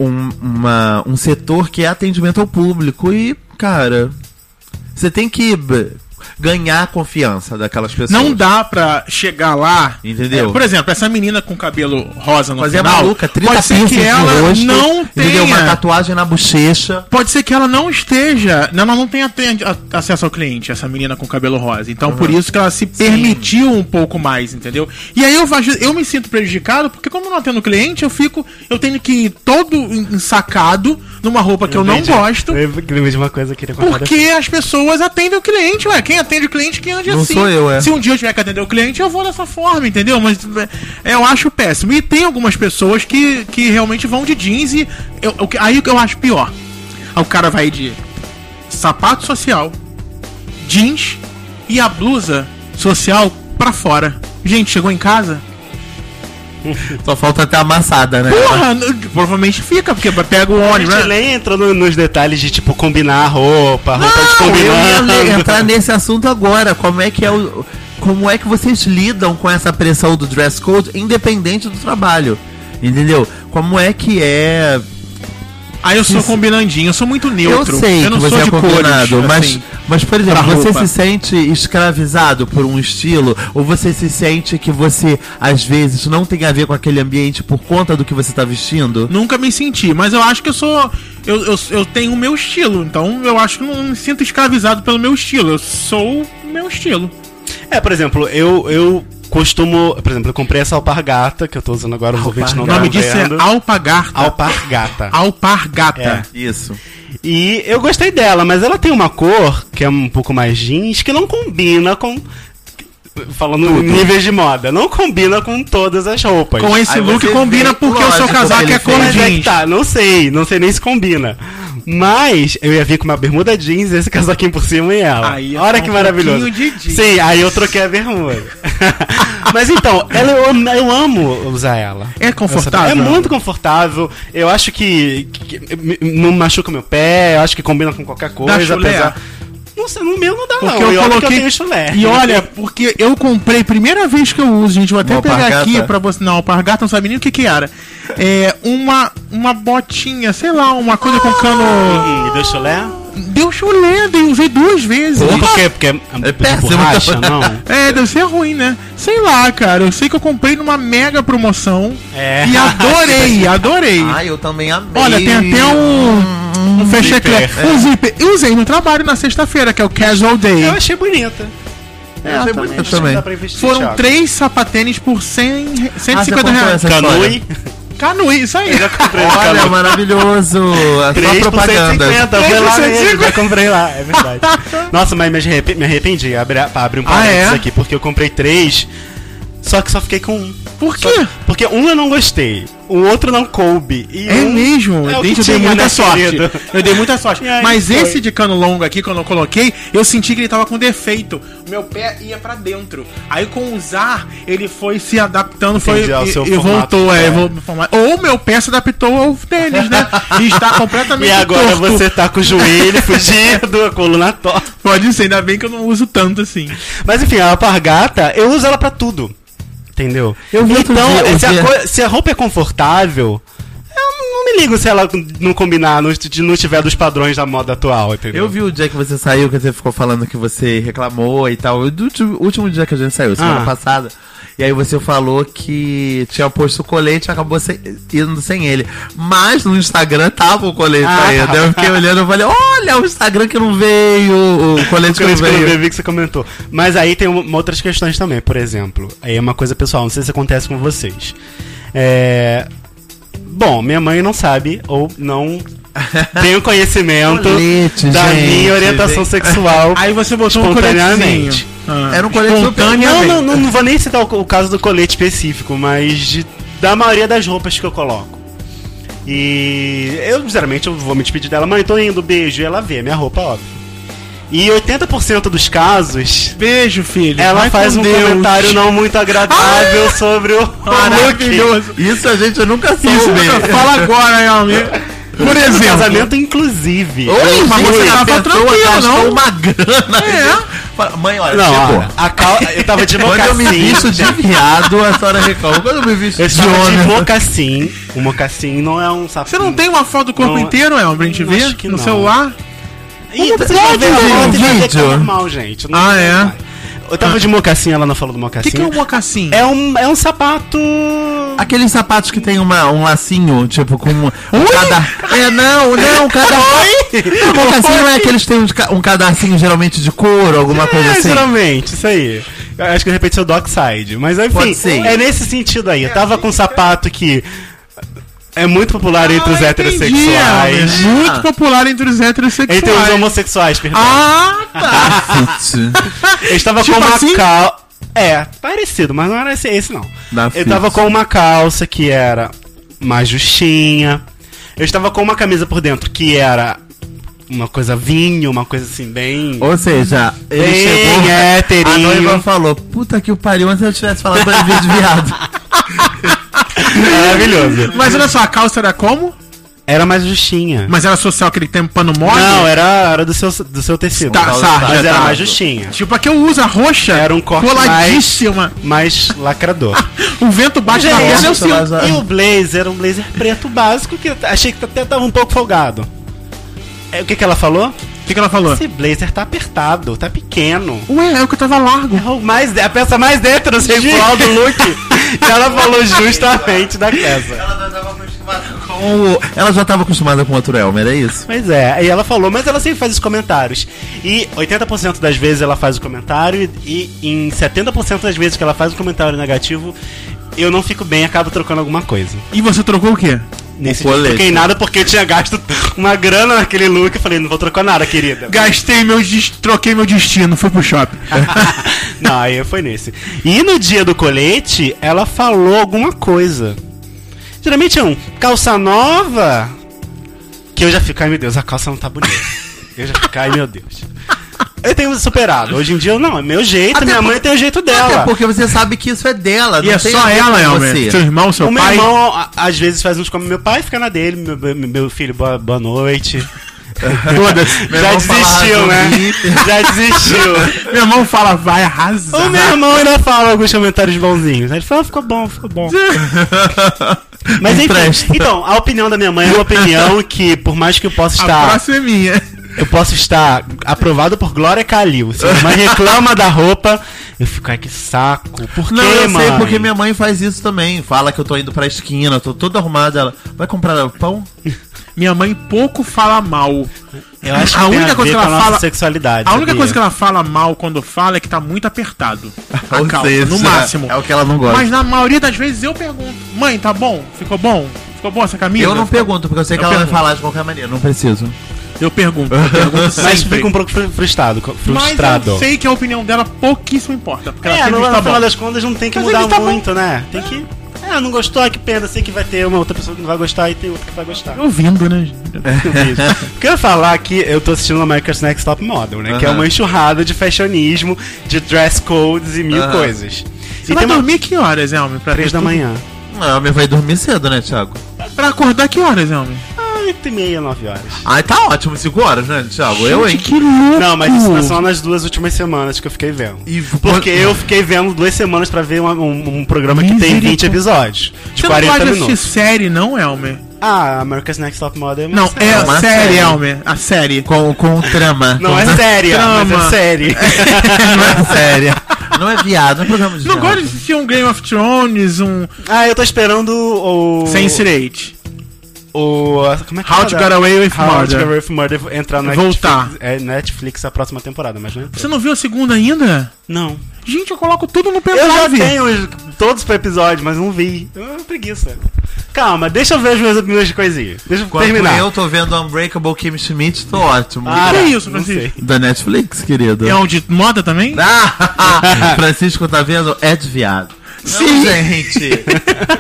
C: um, uma- um setor que é atendimento ao público. E, cara, você tem que b- ganhar a confiança daquelas pessoas.
B: Não dá pra chegar lá.
C: Entendeu?
B: É, por exemplo, essa menina com cabelo rosa no
C: Fazer a
B: final.
C: maluca, 30
B: pode ser
C: pinças
B: que
C: no
B: ela
C: rosto,
B: não
C: entendeu? Uma
B: tenha.
C: tatuagem na bochecha.
B: Pode ser que ela não esteja. Não, ela não tenha ten- a- acesso ao cliente, essa menina com cabelo rosa. Então, por isso que ela se permitiu um pouco mais, entendeu? E aí eu, vejo- eu me sinto prejudicado, porque como eu não atendo cliente, eu fico. Eu tenho que ir todo ensacado numa roupa que eu não
D: Entendi.
B: gosto.
D: Eu lembrei de uma coisa que eu queria contar.
B: Porque as pessoas atendem o cliente, ué. Quem atende o cliente, quem ande
C: Não
B: assim.
C: sou eu, é.
B: Se um dia eu tiver que atender o cliente, eu vou dessa forma, entendeu? Mas é, eu acho péssimo. E tem algumas pessoas que, que realmente vão de jeans e. Eu, eu, aí o que eu acho pior. O cara vai de sapato social, jeans e a blusa social pra fora. Gente, chegou em casa?
C: Só falta até amassada, né?
B: Porra, n- provavelmente fica, porque pega o
D: A
B: ônibus.
D: gente
B: né?
D: nem entra no- nos detalhes de, tipo, combinar a roupa, a
B: tá
D: roupa de
C: Não, eu
D: combinando.
C: Ah, ia
D: [laughs]
C: le- entrar nesse assunto agora. Como é que é o. Como é que vocês lidam com essa pressão do dress code, independente do trabalho? Entendeu? Como é que é.
B: Aí eu sou combinandinho, eu sou muito neutro.
C: eu sei que você é combinado, mas,
B: assim.
C: mas, por exemplo,
B: pra
C: você
B: roupa.
C: se sente escravizado por um estilo, ou você se sente que você, às vezes, não tem a ver com aquele ambiente por conta do que você tá vestindo?
B: Nunca me senti, mas eu acho que eu sou. Eu, eu, eu tenho o meu estilo, então eu acho que não me sinto escravizado pelo meu estilo. Eu sou o meu estilo.
D: É, por exemplo, eu, eu costumo. Por exemplo, eu comprei essa alpargata que eu tô usando agora, o ouvinte não
B: O
D: tá
B: nome disso é
D: vendo. É.
B: Alpagarta.
D: Alpargata.
B: Alpargata.
C: Isso.
D: E eu gostei dela, mas ela tem uma cor, que é um pouco mais jeans, que não combina com. Falando em níveis de moda, não combina com todas as roupas.
B: Com esse
C: Aí
B: look
C: você
B: combina
C: vê,
B: porque o seu
C: lógico,
B: casaco
C: ele
B: é cor
C: fez.
D: Mas é que
B: jeans.
D: tá, não sei, não sei nem se combina. Mas eu ia vir com uma bermuda jeans, esse casaquinho por cima e ela.
B: Aí ia
D: Olha
B: ficar
D: que
B: um
D: maravilhoso.
B: pouquinho de jeans.
D: Sim, aí eu troquei a bermuda. [laughs] Mas então, ela, eu, am- eu amo usar ela.
B: É confortável?
D: É muito confortável. Eu acho que, que- que me- não machuca meu pé, eu acho que combina com qualquer coisa.
B: chulé?
D: Não sei, no meu não dá
B: Porque
D: não. e
B: eu
D: olha que
B: coloquei.
D: tenho né? chulé.
B: e olha, porque eu comprei, primeira vez que eu uso, gente, vou até
C: Uma
B: pegar
C: alpargata?
B: aqui pra você. Não, alpargata não sabe nem o que que era. É uma, uma botinha, sei lá, uma coisa com cano.
D: Hum, deu chulé?
B: Deus eu lendo e usei duas vezes.
D: Não porque, porque é, é, de
C: péssimo.
D: borracha, não.
B: É, deve ser ruim, né? Sei lá, cara. Eu sei que eu comprei numa mega promoção
D: É.
B: e adorei, adorei.
C: Ai, Ah, eu também amei. Ah,
B: Olha, tem até um, um fecha
D: zíper.
B: clap, um zíper. Eu usei no trabalho na sexta-feira, que é o Casual Day.
D: Eu achei bonita.
C: É, achei bonito também.
D: Dá pra investir,
B: Foram
D: Thiago.
B: três sapatênis por 100, re-
C: Ah,
B: 150 reais.
C: você contou essa história?
D: Canui.
B: Canu, isso aí.
D: Eu já comprei no
C: Olha,
D: Canui.
C: maravilhoso. É só
D: 3 por
C: propaganda.
D: 150, eu fui lá
B: 3,150.
D: mesmo, eu comprei lá, é [laughs] verdade. Nossa, mas me arrepe- me arrependi, abre, a- abre um
B: Ah, é?
D: parênteses aqui, porque eu comprei três, só que só fiquei com um.
B: Por quê?
D: Só- porque um eu não gostei, o outro não coube, e
B: É
D: um...
B: mesmo,
D: É
B: eu,
D: o que
B: dei, eu dei
D: tinha,
B: muita
D: né,
B: sorte.
D: querido?
B: Eu dei muita sorte.
D: E aí,
B: Mas
D: foi.
B: esse de cano longo aqui, quando eu coloquei, eu senti que ele tava com defeito. O meu pé ia pra dentro. Aí com usar, ele foi se adaptando, foi
D: Entendi, ao
B: e,
D: seu
B: e
D: formato,
B: voltou.
D: é.
B: É, vol- formato. Ou o meu pé se adaptou ao tênis,
D: [laughs]
B: né? E está completamente
D: E agora
B: torto.
D: você tá com
B: [laughs]
D: o joelho fugido, a coluna torta.
B: Pode ser, ainda bem que eu não uso tanto assim.
D: Mas enfim, a alpargata, eu uso ela pra tudo. Entendeu?
C: Eu vi outro
D: então,
C: dia, eu
D: se, a
C: vi-
D: coi- se a roupa é confortável, eu não me ligo se ela não combinar, não, t- não tiver dos padrões da moda atual, entendeu?
C: Eu vi o dia que você saiu, que você ficou falando que você reclamou e tal. Do último, último dia que a gente saiu, semana
D: Ah.
C: passada. E aí você falou que tinha posto o colete e acabou sem- indo sem ele. Mas no Instagram tava o colete
D: Ah.
C: ainda. Eu fiquei olhando e falei, olha o Instagram que não veio, o colete que não
D: Coisa que eu não
C: veio.
D: vi que você comentou. Mas aí tem uma- outras questões também, por exemplo. Aí é uma coisa pessoal, não sei se acontece com vocês. É... Bom, minha mãe não sabe ou
C: [laughs]
D: não tem conhecimento
C: Colete,
D: da
C: gente,
D: minha orientação
C: gente.
D: sexual.
B: Aí você botou um
D: Espontaneamente.
B: coletezinho. Ah.
C: Era um colete
D: Não,
C: espontâneo.
D: não, não, não vou nem citar o, o caso do colete específico, mas de- da maioria das roupas que eu coloco. E eu, geralmente, eu vou me despedir dela, mãe, tô indo, beijo, e ela vê a minha roupa, óbvio. E 80% dos casos,
B: Beijo, filho.
D: ela
B: Vai
D: faz
B: com
D: um
B: Deus.
D: comentário não muito agradável sobre o look.
B: maravilhoso.
C: Isso a gente nunca
B: Isso,
C: soube.
B: fala agora, meu amigo. Por
D: No
B: exemplo,
D: um casamento, inclusive.
C: Oi,
B: mas você tava tranquilo, não?
C: uma grana. Fala, Mãe, olha,
D: Não,
B: tipo,
D: ah,
C: chegou.
D: a, a cal- eu
B: [laughs]
D: tava de
C: Quando eu me visto
D: mocassim.
C: de viado, a senhora reclama. Quando eu me visto
D: Eu
C: de
D: estava de
B: é
C: homem.
D: mocassim. O mocassim não é um sapato.
B: Você não tem uma foto do corpo
D: Não,
B: inteiro, Elmo, pra gente
D: acho
B: ver?
D: que
B: no
D: não. É
B: celular?
D: Ih,
C: Pode,
D: vocês vão ver a
C: gente,
D: foto e vai ver que é
C: vídeo.
D: normal, gente. Não
B: Ah,
D: tem
B: é?
D: mais. Eu tava de mocassim, ela não falou do
B: O que,
D: mocassim.
B: que é um mocassim?
D: é, um, é um sapato...
C: Aqueles sapatos que tem uma, um lacinho, tipo, com um cada... É, não, não, cada... [laughs] Oi? não é aqueles que tem uns ca- um cadarcinho geralmente de couro, alguma coisa
D: É,
C: assim.
D: geralmente, isso aí. Eu acho que de repente sou dockside. Mas enfim,
C: Pode ser.
D: é nesse sentido aí. Eu tava com um sapato que... É muito popular entre os
B: Ah,
D: heterossexuais.
B: entendi, Elmer. Muito popular entre os heterossexuais.
D: Entre os homossexuais, perdão.
B: Ah, tá.
C: Cacete.
D: Eu estava
B: Tipo
D: com uma
B: assim?
D: calça. É, parecido, mas não era esse, esse não.
C: Da
D: eu
C: Fitz.
D: estava com uma calça que era mais justinha. Eu estava com uma camisa por dentro que era uma coisa vinho, uma coisa assim, bem. [laughs]
C: [laughs] Ou seja, ele
D: Bem
C: chegou...
D: héterinho.
C: a noiva falou, puta que o pariu, antes eu tivesse falado pra ele vir de viado.
D: Maravilhoso.
B: [laughs] Mas olha só, a calça era como?
D: Era mais justinha.
B: Mas era social, aquele tempo pano mole?
C: é-
D: Não, era, era do, seu, do seu tecido.
B: Tá, sarja,
D: mas era
B: tá.
D: mais justinha.
B: Tipo a que eu uso, a roxa.
D: Era um corte
B: Coladíssima.
D: Mais
B: [laughs]
D: lacrador.
B: O vento bate na
D: Gente,
B: perna, eu
D: eu
B: sinto.
D: sinto- E o blazer era um blazer preto básico que eu achei que até tava um pouco folgado. É, o que, que ela falou?
B: O que, que ela falou?
D: Esse blazer tá apertado, tá pequeno.
B: Ué, é o que eu tava largo.
D: É o mais, a peça mais heterossexual do [laughs] look. E ela falou justamente da peça.
C: Com o- Ela já tava acostumada com outro Elmer, é isso?
D: Pois é, e ela falou, mas ela sempre faz os comentários. E 80% das vezes ela faz o comentário, e, e em 70% das vezes que ela faz um comentário negativo, eu não fico bem, acabo trocando alguma coisa.
B: E você trocou o quê?
D: Nesse
C: O
D: dia eu
C: colete.
D: não troquei nada porque eu tinha gasto [laughs] uma grana naquele look. Eu falei, não vou trocar nada, querida.
B: Gastei meu... des- Troquei meu destino, fui pro shopping.
D: É [laughs] não, aí foi nesse. E no dia do colete, ela falou alguma coisa. Geralmente é um calça nova. Que eu já fico, ai meu Deus, a calça não tá bonita. Eu já fico, ai meu Deus. Eu tenho superado. Hoje em dia, eu não, é meu jeito,
C: Até
D: minha
C: por-
D: mãe tem o jeito
C: Até
D: dela.
C: porque você sabe que isso é dela,
B: E é
C: tem
B: só
C: a ver
B: ela,
C: com
B: Elmer.
C: você.
B: Seu irmão, seu
D: o meu
B: pai.
D: irmão, a- às vezes, faz uns como meu pai fica na dele, meu, meu- meu filho, boa, boa
C: [laughs]
D: noite. [laughs]
B: Foda-se.
C: Meu
D: já
C: irmão fala
D: desistiu, né?
C: Radubi.
D: Já desistiu.
B: Meu irmão fala, vai arrasar.
D: O meu irmão ainda fala alguns comentários bonzinhos. Ele fala, ah, ficou bom,
B: [laughs]
D: ficou bom. Mas enfim,
C: Empresta.
B: [laughs]
D: então, a opinião da minha mãe é uma opinião que, por mais que eu possa
B: A
D: estar
B: próxima é minha.
D: Eu posso estar aprovado por Glória Calil. Se minha mãe reclama da roupa, eu fico, ai que saco. Por
C: Não,
D: que,
C: eu
D: mãe?
C: sei, porque minha mãe faz isso também. Fala que eu tô indo pra esquina, tô toda arrumada. Ela, vai comprar o pão?
B: Minha mãe pouco fala mal.
D: Eu acho que
B: a
D: tem
B: única
D: a
B: coisa
D: ver
B: que
D: com a
B: ela
D: nossa
B: fala.
D: sexualidade.
B: A única
D: sabia?
B: coisa que ela fala mal quando fala é que tá muito
D: [laughs]
B: apertado. A
C: Ou
B: calça,
C: seja,
B: Ah, no máximo.
C: É o que ela não gosta.
B: Mas na maioria das vezes eu pergunto: Mãe, tá bom? Ficou bom? Ficou bom essa camisa?
C: eu não pergunto, porque eu sei que
B: Eu
C: ela
B: pergunto.
C: vai falar de qualquer maneira, não preciso.
B: Eu pergunto. Eu
D: [laughs]
B: pergunto sempre.
D: Mas fica um pouco fru- frustrado. co-
B: Mas
D: frustrado.
B: eu sei que a opinião dela pouquíssimo importa. Porque ela
D: É,
B: sempre
D: no,
B: está
D: no
B: bom.
D: final das contas não tem que
B: Mas
D: mudar
B: ele tá bom. É.
D: muito, né? Tem que. Ah, não gostou, que pena, sei que vai ter uma outra pessoa que não vai gostar e tem outra que vai gostar.
B: Ouvindo, né? gente?
D: Eu quero falar que eu tô assistindo America's Next Top Model, né? Que é
C: Aham.
D: uma enxurrada de fashionismo, de dress codes e mil
C: Aham.
D: coisas.
B: Você
D: e
B: vai
D: tem uma...
B: dormir que horas, Elmi? Pra
D: Três
B: ter
D: da
B: tudo?
D: manhã.
C: Ah, a minha vai dormir cedo, né, Thiago?
B: Pra acordar que horas, Elmi?
D: Ah, oito e meia, nove horas.
C: Ah, tá ótimo, 5 horas, né, Thiago? eu, hein?
B: que louco!
D: Não, mas isso é só nas duas últimas semanas que eu fiquei vendo.
C: E
D: Porque
C: [laughs]
D: eu fiquei vendo duas semanas pra ver uma- um, um programa que tem
B: Misericórdia.
D: 20 episódios. De
B: Você não
D: 40
B: pode assistir
D: minutos.
B: série, não, Elmer?
D: Ah, America's Next Top Model é uma
B: Não,
D: série.
B: é
C: É
B: a
C: uma
B: série,
C: série.
B: Elmer. A série.
C: Com, com trama.
D: Não é séria, mas
B: Trama.
D: é
B: [laughs]
D: série.
C: não é séria. Não é viado, não é programa de
B: Não
C: viado.
B: gosta de assistir um Game of Thrones, um
D: ah, eu tô esperando o...
B: Sense 8.
D: O... Como é que
B: How
D: é
B: to
D: da-
B: Get Away with
D: How to Get
B: Murder.
D: Away with Murder entrar na
B: Voltar.
D: Netflix, é, Netflix a próxima temporada, mas né? não entrou.
B: Você não viu a segunda ainda?
D: Não.
B: Gente, eu coloco tudo no
D: Eu já
B: pendrive.
D: tenho os- todos pro episódio, mas não vi. Ah, preguiça. Calma, deixa eu ver as minhas, minhas coisinhas. Deixa eu
C: Quando
D: terminar. Ah.
C: eu tô vendo Unbreakable Kim Schmidt, tô ótimo.
D: Para,
B: Que é isso,
D: não
B: Francisco?
D: sei.
C: Da Netflix, querido.
B: É um de moda também?
C: Ah, Francisco tá vendo? É de viado. Sim, gente.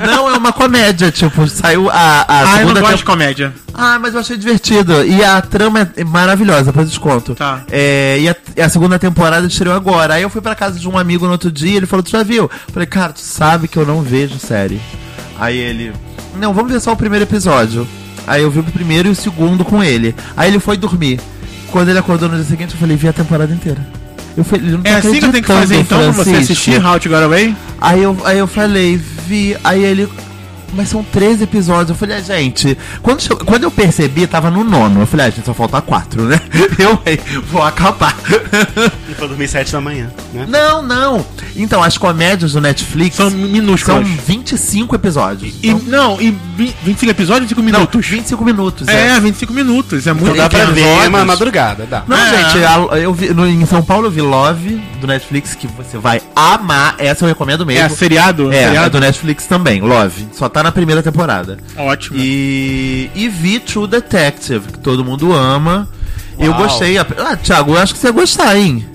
C: não é uma comédia, tipo, saiu a, a
B: Ah, eu não
C: segunda
B: gosto
C: temporada.
B: de comédia.
C: Ah, mas eu achei divertido. E a trama é maravilhosa, depois eu te conto.
B: Tá.
C: É, e a, e a segunda temporada estreou agora. Aí eu fui pra casa de um amigo no outro dia, ele falou, tu já viu? Eu falei, cara, tu sabe que eu não vejo série. Aí ele, não, vamos ver só o primeiro episódio. Aí eu vi o primeiro e o segundo com ele. Aí ele foi dormir. Quando ele acordou no dia seguinte, eu falei, vi a temporada inteira. Eu falei, ele não tá
B: É assim que eu tenho que fazer
C: acreditando,
B: então pra você
C: Francisco.
B: assistir How to Get Away?
C: Aí eu, aí eu falei, vi. Aí ele. Mas são três episódios. Eu falei, ah, gente. Quando, chegou- quando eu percebi, tava no nono. Eu falei, ah, gente, só falta quatro, né? [laughs] Eu ei, vou acabar. [laughs]
D: E Foi Tipo, dormir 7 da manhã, né?
C: não, não. Então, as comédias do Netflix
B: São
C: são,
B: minúsculas.
C: 25 episódios.
B: E, não, e vi- 25 episódios, 5
C: Não,
B: minutos.
C: 25 minutos. é.
B: É, 25 minutos. É muito
D: Então dá pra
B: pequeno.
D: ver é uma
C: episódios.
D: madrugada, dá.
C: Não,
B: É.
C: gente, a- eu vi, no- em São Paulo eu vi Love do Netflix, que você vai amar. Essa eu recomendo
B: É
C: mesmo.
B: seriado?
C: É, a
B: seriado?
C: do Netflix também, Love. Só tá na primeira temporada.
B: Ótimo.
C: E, e vi True Detective, que todo mundo ama. Eu
D: Uau.
C: gostei. Ah, Thiago, eu acho que você ia gostar, hein?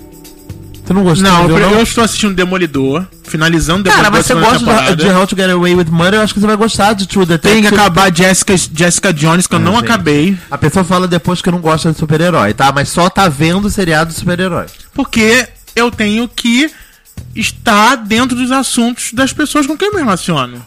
C: Você não gostou?
B: Não, eu,
C: viu,
B: eu estou assistindo Demolidor, finalizando
C: Cara,
B: Demolidor.
C: mas você
B: segunda
C: gosta de, de How to Get Away with Murder, eu acho que você vai gostar de True
B: Tem
C: Detective.
B: que acabar Jessica, Jessica Jones, que eu não
C: gente.
B: acabei.
C: A pessoa fala depois que não gosta de super-herói, tá? Mas só tá vendo o seriado de super-herói.
B: Porque eu tenho que estar dentro dos assuntos das pessoas com quem eu me relaciono.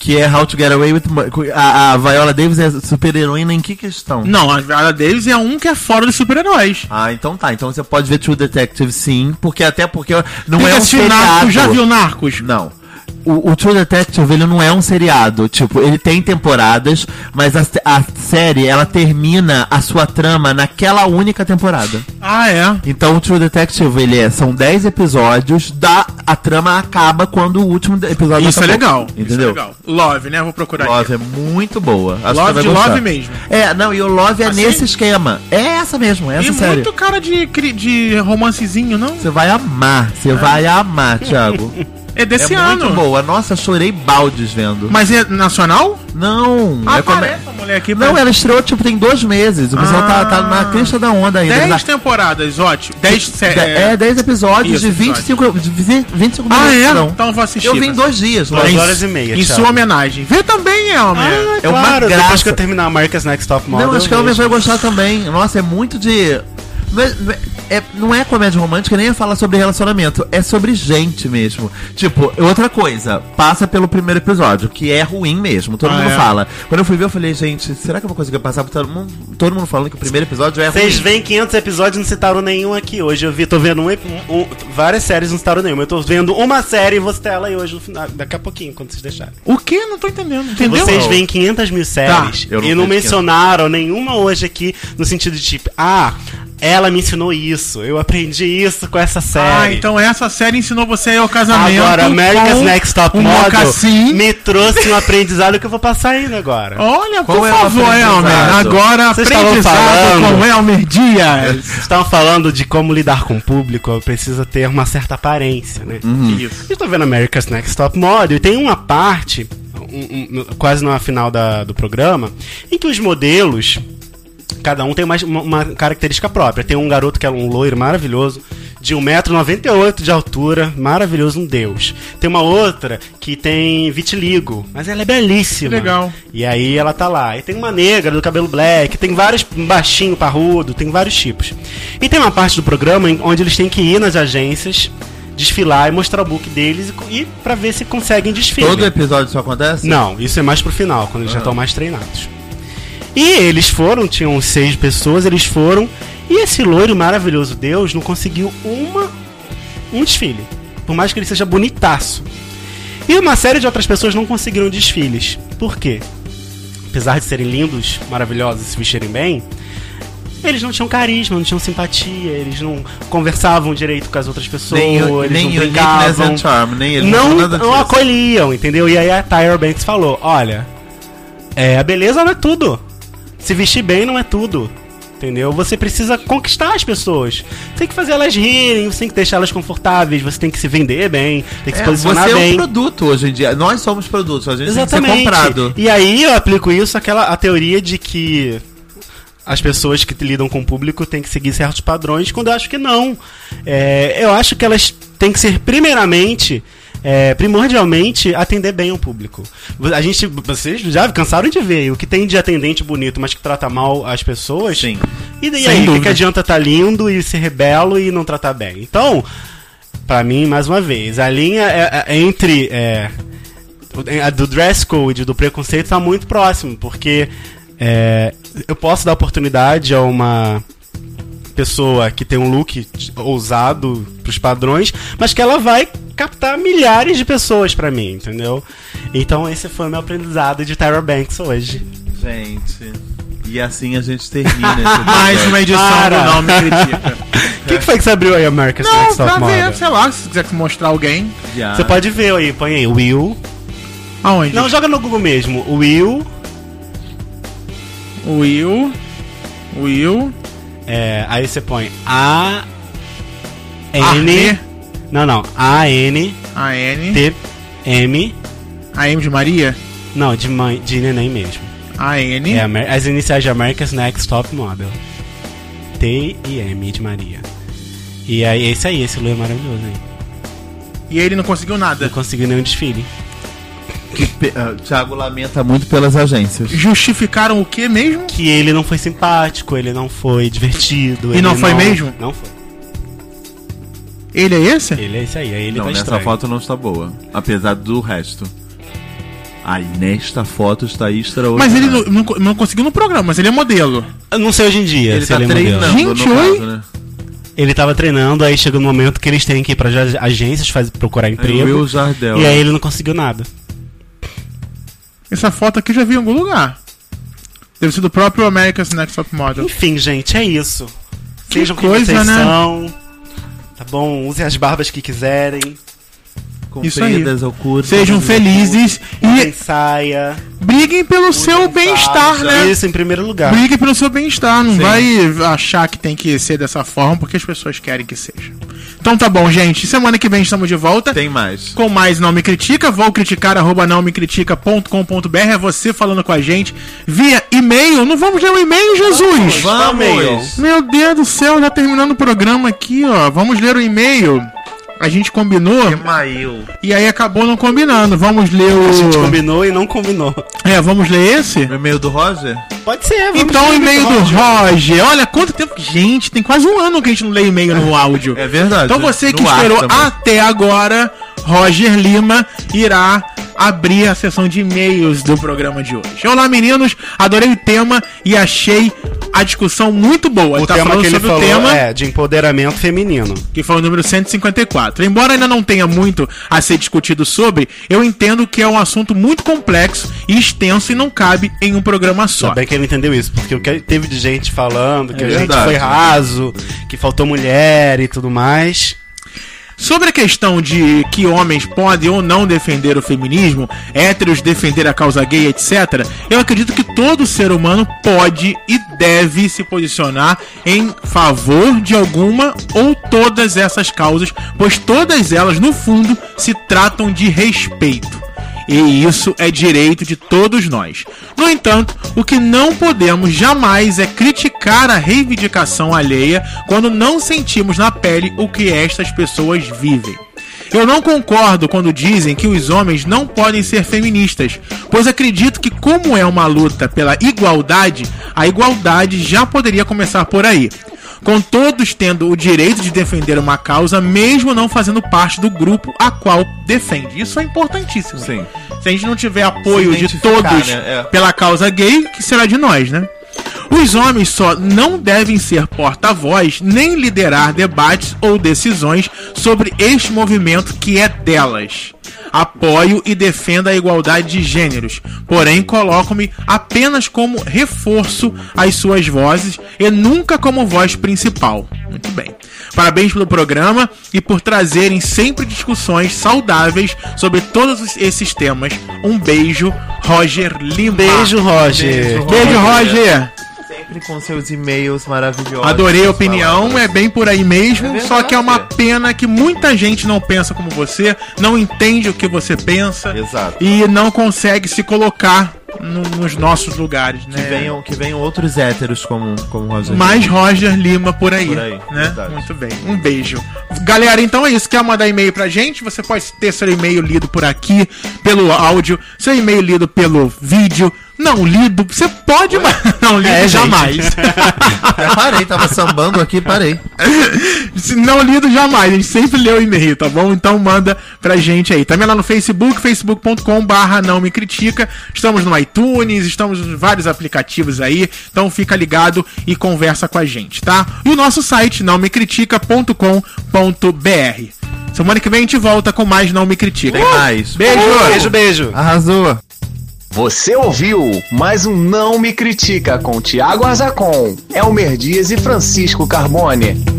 C: Que é How to Get Away with Murder. A, a Viola Davis é super-heroína em que questão?
B: Não, a Viola Davis é um que é fora dos super-heróis.
C: Ah, então tá. Então você pode ver True Detective sim, porque até porque não
B: Tem
C: é
B: que
C: um
B: assistir
C: seriado.
B: Narcos. Já viu Narcos?
C: Não. O, o True Detective, ele não é um seriado. Tipo, ele tem temporadas, mas a, se- a série, ela termina a sua trama naquela única temporada.
B: Ah, é.
C: Então, o True Detective, ele é... São 10 episódios, da, a trama acaba quando o último de- episódio
B: Isso é
C: acabou.
B: legal.
C: Entendeu?
B: Isso é legal. Love, né? Vou procurar
C: Love é muito boa.
B: Love
C: Acho que você vai
B: de
C: gostar.
B: Love mesmo.
C: É, não, e o Love é
B: Assim?
C: nesse esquema. É essa mesmo, é
B: aqui.
C: essa
B: E
C: série.
B: muito cara de, cri- de romancezinho, não?
C: Você vai amar, você vai amar, Thiago.
B: É desse
C: é
B: É. ano.
C: muito boa. Nossa, chorei baldes vendo.
B: Mas é nacional?
C: Não, é como-
B: Aparece a mulher aqui.
C: Não,
B: pra-
C: ela estreou, tipo, tem dois meses. O pessoal tá, tá na crista da onda ainda.
B: Ah. Dez
C: Na-
B: temporadas, ótimo. Dez sé-
C: de- é, 10 episódios
B: Isso,
C: de 25, de 25
B: Ah,
C: minutos.
B: é?
C: não.
B: Então eu vou assistir.
C: Eu vi em dois dias.
D: Duas
C: Lorenzo.
D: horas e meia,
B: é, Em
D: Thiago.
B: sua homenagem. Vê também, Elmer.
D: Ah,
C: É uma
D: claro, depois
C: graça.
D: que eu terminar a America's Next Top Model.
C: Não, acho que
D: eu
C: ela
D: vejo.
C: vai gostar também. Nossa, é muito de... Não é, não é- é- não é comédia romântica, nem é falar sobre relacionamento. É sobre gente mesmo. Tipo, outra coisa. Passa pelo primeiro episódio, que é ruim mesmo. Todo
B: Ah,
C: mundo
B: é.
C: fala. Quando eu fui ver, eu falei, gente, será que eu vou conseguir passar por todo mundo? Todo mundo falando que o primeiro episódio é
D: Vocês
C: ruim.
D: veem 500 episódios e não citaram nenhum aqui hoje. Eu vi, tô vendo um, ep- um- várias séries e não citaram nenhuma. Eu tô vendo uma série e vou citar ela aí hoje, no final, daqui a pouquinho, quando vocês deixarem.
B: O quê? Não tô entendendo. Entendeu?
D: Vocês veem 500 mil séries
C: Tá, eu não
D: e não
C: vejo
D: mencionaram nenhuma hoje aqui, no sentido de tipo, ah, Ela me ensinou isso, eu aprendi isso com essa série.
B: Ah, então essa série ensinou você ao casamento.
D: Agora, America's
B: com
D: Next Top
B: um
D: Model
B: mocassim.
D: me trouxe um aprendizado que eu vou passar indo agora.
B: Olha,
C: Qual
B: por
C: é o
B: favor,
C: aprendizado?
B: Elmer. Agora
D: Vocês estavam
B: aprendizado
D: falando.
B: com Elmer Dias.
D: Vocês estavam falando de como lidar com o público, precisa ter uma certa aparência, né?
B: Isso.
D: Eu tô vendo America's Next Top Model e tem uma parte, um- um- quase na final da- do programa, em que os modelos, cada um tem mais uma, uma característica própria. Tem um garoto que é um loiro maravilhoso, de 1,98m de altura, maravilhoso, um deus. Tem uma outra que tem vitiligo, mas ela é belíssima.
B: Legal.
D: E aí ela tá lá. E tem uma negra do cabelo black, tem vários um baixinho, parrudo, tem vários tipos. E tem uma parte do programa em- onde eles têm que ir nas agências, desfilar e mostrar o book deles e, co- e para ver se conseguem desfilar.
C: Todo episódio isso acontece?
D: Não, isso é mais pro final, quando eles já estão mais treinados. E eles foram, tinham seis pessoas, eles foram, e esse loiro maravilhoso Deus não conseguiu uma um desfile. Por mais que ele seja bonitaço. E uma série de outras pessoas não conseguiram desfiles. Por quê? Apesar de serem lindos, maravilhosos e se vestirem bem, eles não tinham carisma, não tinham simpatia, eles não conversavam direito com as outras pessoas,
C: Nem, o-
D: eles
C: nem
D: não
C: o né? Uniqueness
D: brincavam
C: and Charm, nem ele.
D: não,
C: tinha nada
D: não
C: disso.
D: acolhiam, entendeu? E aí a Tyra Banks falou: olha, é, a beleza não é tudo. Se vestir bem não é tudo. Entendeu? Você precisa conquistar as pessoas. Você tem que fazer elas rirem, você tem que deixar elas confortáveis, você tem que se vender bem, tem que se
C: É, você
D: posicionar
C: é um
D: bem.
C: produto hoje em dia. Nós somos produtos, a gente tem que ser
D: Exatamente.
C: comprado.
D: E aí eu aplico isso àquela a teoria de que as pessoas que lidam com o público têm que seguir certos padrões, quando eu acho que não. É, eu acho que elas têm que ser primeiramente. é, primordialmente atender bem o público. A gente, vocês já cansaram de ver o que tem de atendente bonito, mas que trata mal as pessoas.
C: Sim.
D: E daí
B: Sem
D: aí, o que que
B: dúvida.
D: adianta estar lindo e ser rebelo e não tratar bem? Então, pra mim, mais uma vez, a linha é- é entre é, o- a do dress code e do preconceito tá muito próximo, porque é, eu posso dar oportunidade a uma pessoa que tem um look t- ousado pros padrões, mas que ela vai captar milhares de pessoas pra mim, entendeu? Então esse foi o meu aprendizado de Tyra Banks hoje.
C: Gente. E assim a gente termina
B: [laughs]
C: esse episódio.
B: Mais uma edição
D: Para.
B: do Não Me Critica.
D: [laughs] O que, que foi que você abriu aí, America's
B: Não,
D: Next Top
B: pra ver,
D: Model?
B: sei lá, se quiser mostrar alguém.
C: Já.
D: Você pode ver aí, põe aí, Will.
B: Aonde?
D: Não, joga no Google mesmo. Will,
B: Will. Will.
D: é, aí você põe A. N.
B: Arne.
D: Não, não. A, N,
B: A N.
D: T, M.
B: A M de Maria.
D: Não, de mãe, de neném mesmo.
B: A N.
D: É, Amer- as iniciais de America's Next Top Model. T e M de Maria. E aí, esse aí, esse Lu é maravilhoso, hein?
B: E ele não conseguiu nada.
D: Não conseguiu nenhum desfile.
C: Que pe- ah, Thiago lamenta muito pelas agências.
B: Justificaram o que mesmo?
D: Que ele não foi simpático, ele não foi divertido.
B: E
D: ele
B: não foi mesmo?
D: Não foi.
B: Ele é esse?
D: Ele é esse aí, aí ele
C: não,
D: tá
C: nessa
D: estranho.
C: foto não está boa. Apesar do resto. Aí, nesta foto está extraordinário.
B: Mas ele não, não co- não conseguiu no programa, mas ele é modelo.
D: Eu não sei hoje em dia
C: Ele
D: se
C: tá
D: ele é modelo.
C: treinando,
B: Gente,
C: no
B: oi?
C: caso, né?
D: Ele tava treinando, aí chega um momento que eles têm que ir pra ag- agências faz, procurar
C: É o
D: emprego.
C: Will Jardel.
D: e aí ele não conseguiu nada.
B: Essa foto aqui eu já vi em algum lugar. Deve ser do próprio America's Next Top Model.
D: Enfim, gente, é isso.
B: Que
D: Sejam
B: coisa,
D: quem vocês
B: né?
D: são. Tá bom? Usem as barbas que quiserem.
B: Isso aí.
C: Compridas ao curto.
B: Sejam felizes
D: Usem
B: e
D: saia.
B: briguem pelo seu bem-estar, né?
D: Isso em primeiro lugar.
B: Briguem pelo seu bem-estar. Não vai achar que tem que ser dessa forma porque as pessoas querem que seja. Então tá bom, gente. Semana que vem estamos de volta.
C: Tem mais.
B: com mais Não Me Critica. Vou criticar, arroba não me critica.com.br. É você falando com a gente via e-mail. Não vamos ler o e-mail, Jesus!
C: Vamos!
B: Meu Deus do céu, já terminando o programa aqui, ó. Vamos ler o e-mail. A gente combinou
C: um- Mail.
B: e aí acabou não combinando. Vamos ler
D: A gente
B: o.
D: combinou e não combinou.
B: É, vamos ler esse?
C: E-mail do Roger?
D: Pode ser, vamos
B: Então, o
D: ver
B: e-mail do
D: episódio.
B: Roger. Olha quanto tempo. Gente, tem quase um ano que a gente não lê e-mail no áudio.
C: É verdade.
B: Então você que
C: No ar
B: esperou
C: também.
B: até agora, Roger Lima irá abrir a sessão de e-mails do programa de hoje. Olá, meninos, adorei o tema e achei a discussão muito boa.
D: O
B: Tá
D: tema
B: falando
D: que ele
B: sobre o
D: falou
B: tema-
D: é de empoderamento feminino.
B: que foi o número 154. Embora ainda não tenha muito a ser discutido sobre, eu entendo que é um assunto muito complexo e extenso e não cabe em um programa só.
D: Ainda Tá bem que ele entendeu isso, porque o que teve de gente falando
B: É
D: que a gente
C: verdade.
D: foi raso, que faltou mulher e tudo mais.
B: Sobre a questão de que homens podem ou não defender o feminismo, héteros defender a causa gay, etc., eu acredito que todo ser humano pode e deve se posicionar em favor de alguma ou todas essas causas, pois todas elas, no fundo, se tratam de respeito. E isso é direito de todos nós. No entanto, o que não podemos jamais é criticar a reivindicação alheia quando não sentimos na pele o que estas pessoas vivem. Eu não concordo quando dizem que os homens não podem ser feministas, pois acredito que, como é uma luta pela igualdade, a igualdade já poderia começar por aí com todos tendo o direito de defender uma causa, mesmo não fazendo parte do grupo a qual defende. Isso é importantíssimo.
C: Sim.
B: Se a gente não tiver apoio
C: Se
B: de
C: né? identificar,
B: todos
C: né? É.
B: pela causa gay, que será de nós, né? Os homens só não devem ser porta-voz nem liderar debates ou decisões sobre este movimento que é delas. Apoio e defendo a igualdade de gêneros, porém coloco-me apenas como reforço às suas vozes e nunca como voz principal. Muito bem. Parabéns pelo programa e por trazerem sempre discussões saudáveis sobre todos os- esses temas. Um beijo, Roger Lima.
D: Beijo, Roger.
C: Beijo, Roger.
B: Beijo, Roger.
C: Sempre com seus e-mails maravilhosos.
B: Adorei a
C: suas
B: opinião,
C: palavras.
B: é bem por aí mesmo.
C: É
B: só que é uma
C: verdade.
B: pena que muita gente não pensa como você, não entende o que você pensa
C: Exato.
B: e não consegue se colocar no- nos nossos lugares,
C: Que,
B: né?
C: venham, que venham outros héteros como, como Roger.
B: Mais Roger Lima por aí,
C: Por aí,
B: né?
C: verdade.
B: Muito bem. Um beijo. Galera, então é isso. Quer mandar e-mail pra gente? Você pode ter seu e-mail lido por aqui, pelo áudio, seu e-mail lido pelo vídeo. Não lido, você pode, mas [laughs] não lido
D: É, gente.
B: jamais.
C: [laughs] Até [laughs] parei, tava sambando aqui, parei.
B: Se Não lido jamais, a gente sempre lê o e-mail, tá bom? Então manda pra gente aí. Também lá no Facebook, facebook.com barra não me critica. Estamos no iTunes, estamos em vários aplicativos aí. Então fica ligado e conversa com a gente, tá? E o nosso site, não me critica.com.br. Semana que vem a gente volta com mais Não Me Critica.
C: Tem mais.
D: Beijo, beijo, beijo.
C: Arrasou.
A: Você ouviu mais um Não Me Critica com Tiago Azacon, Elmer Dias e Francisco Carbone.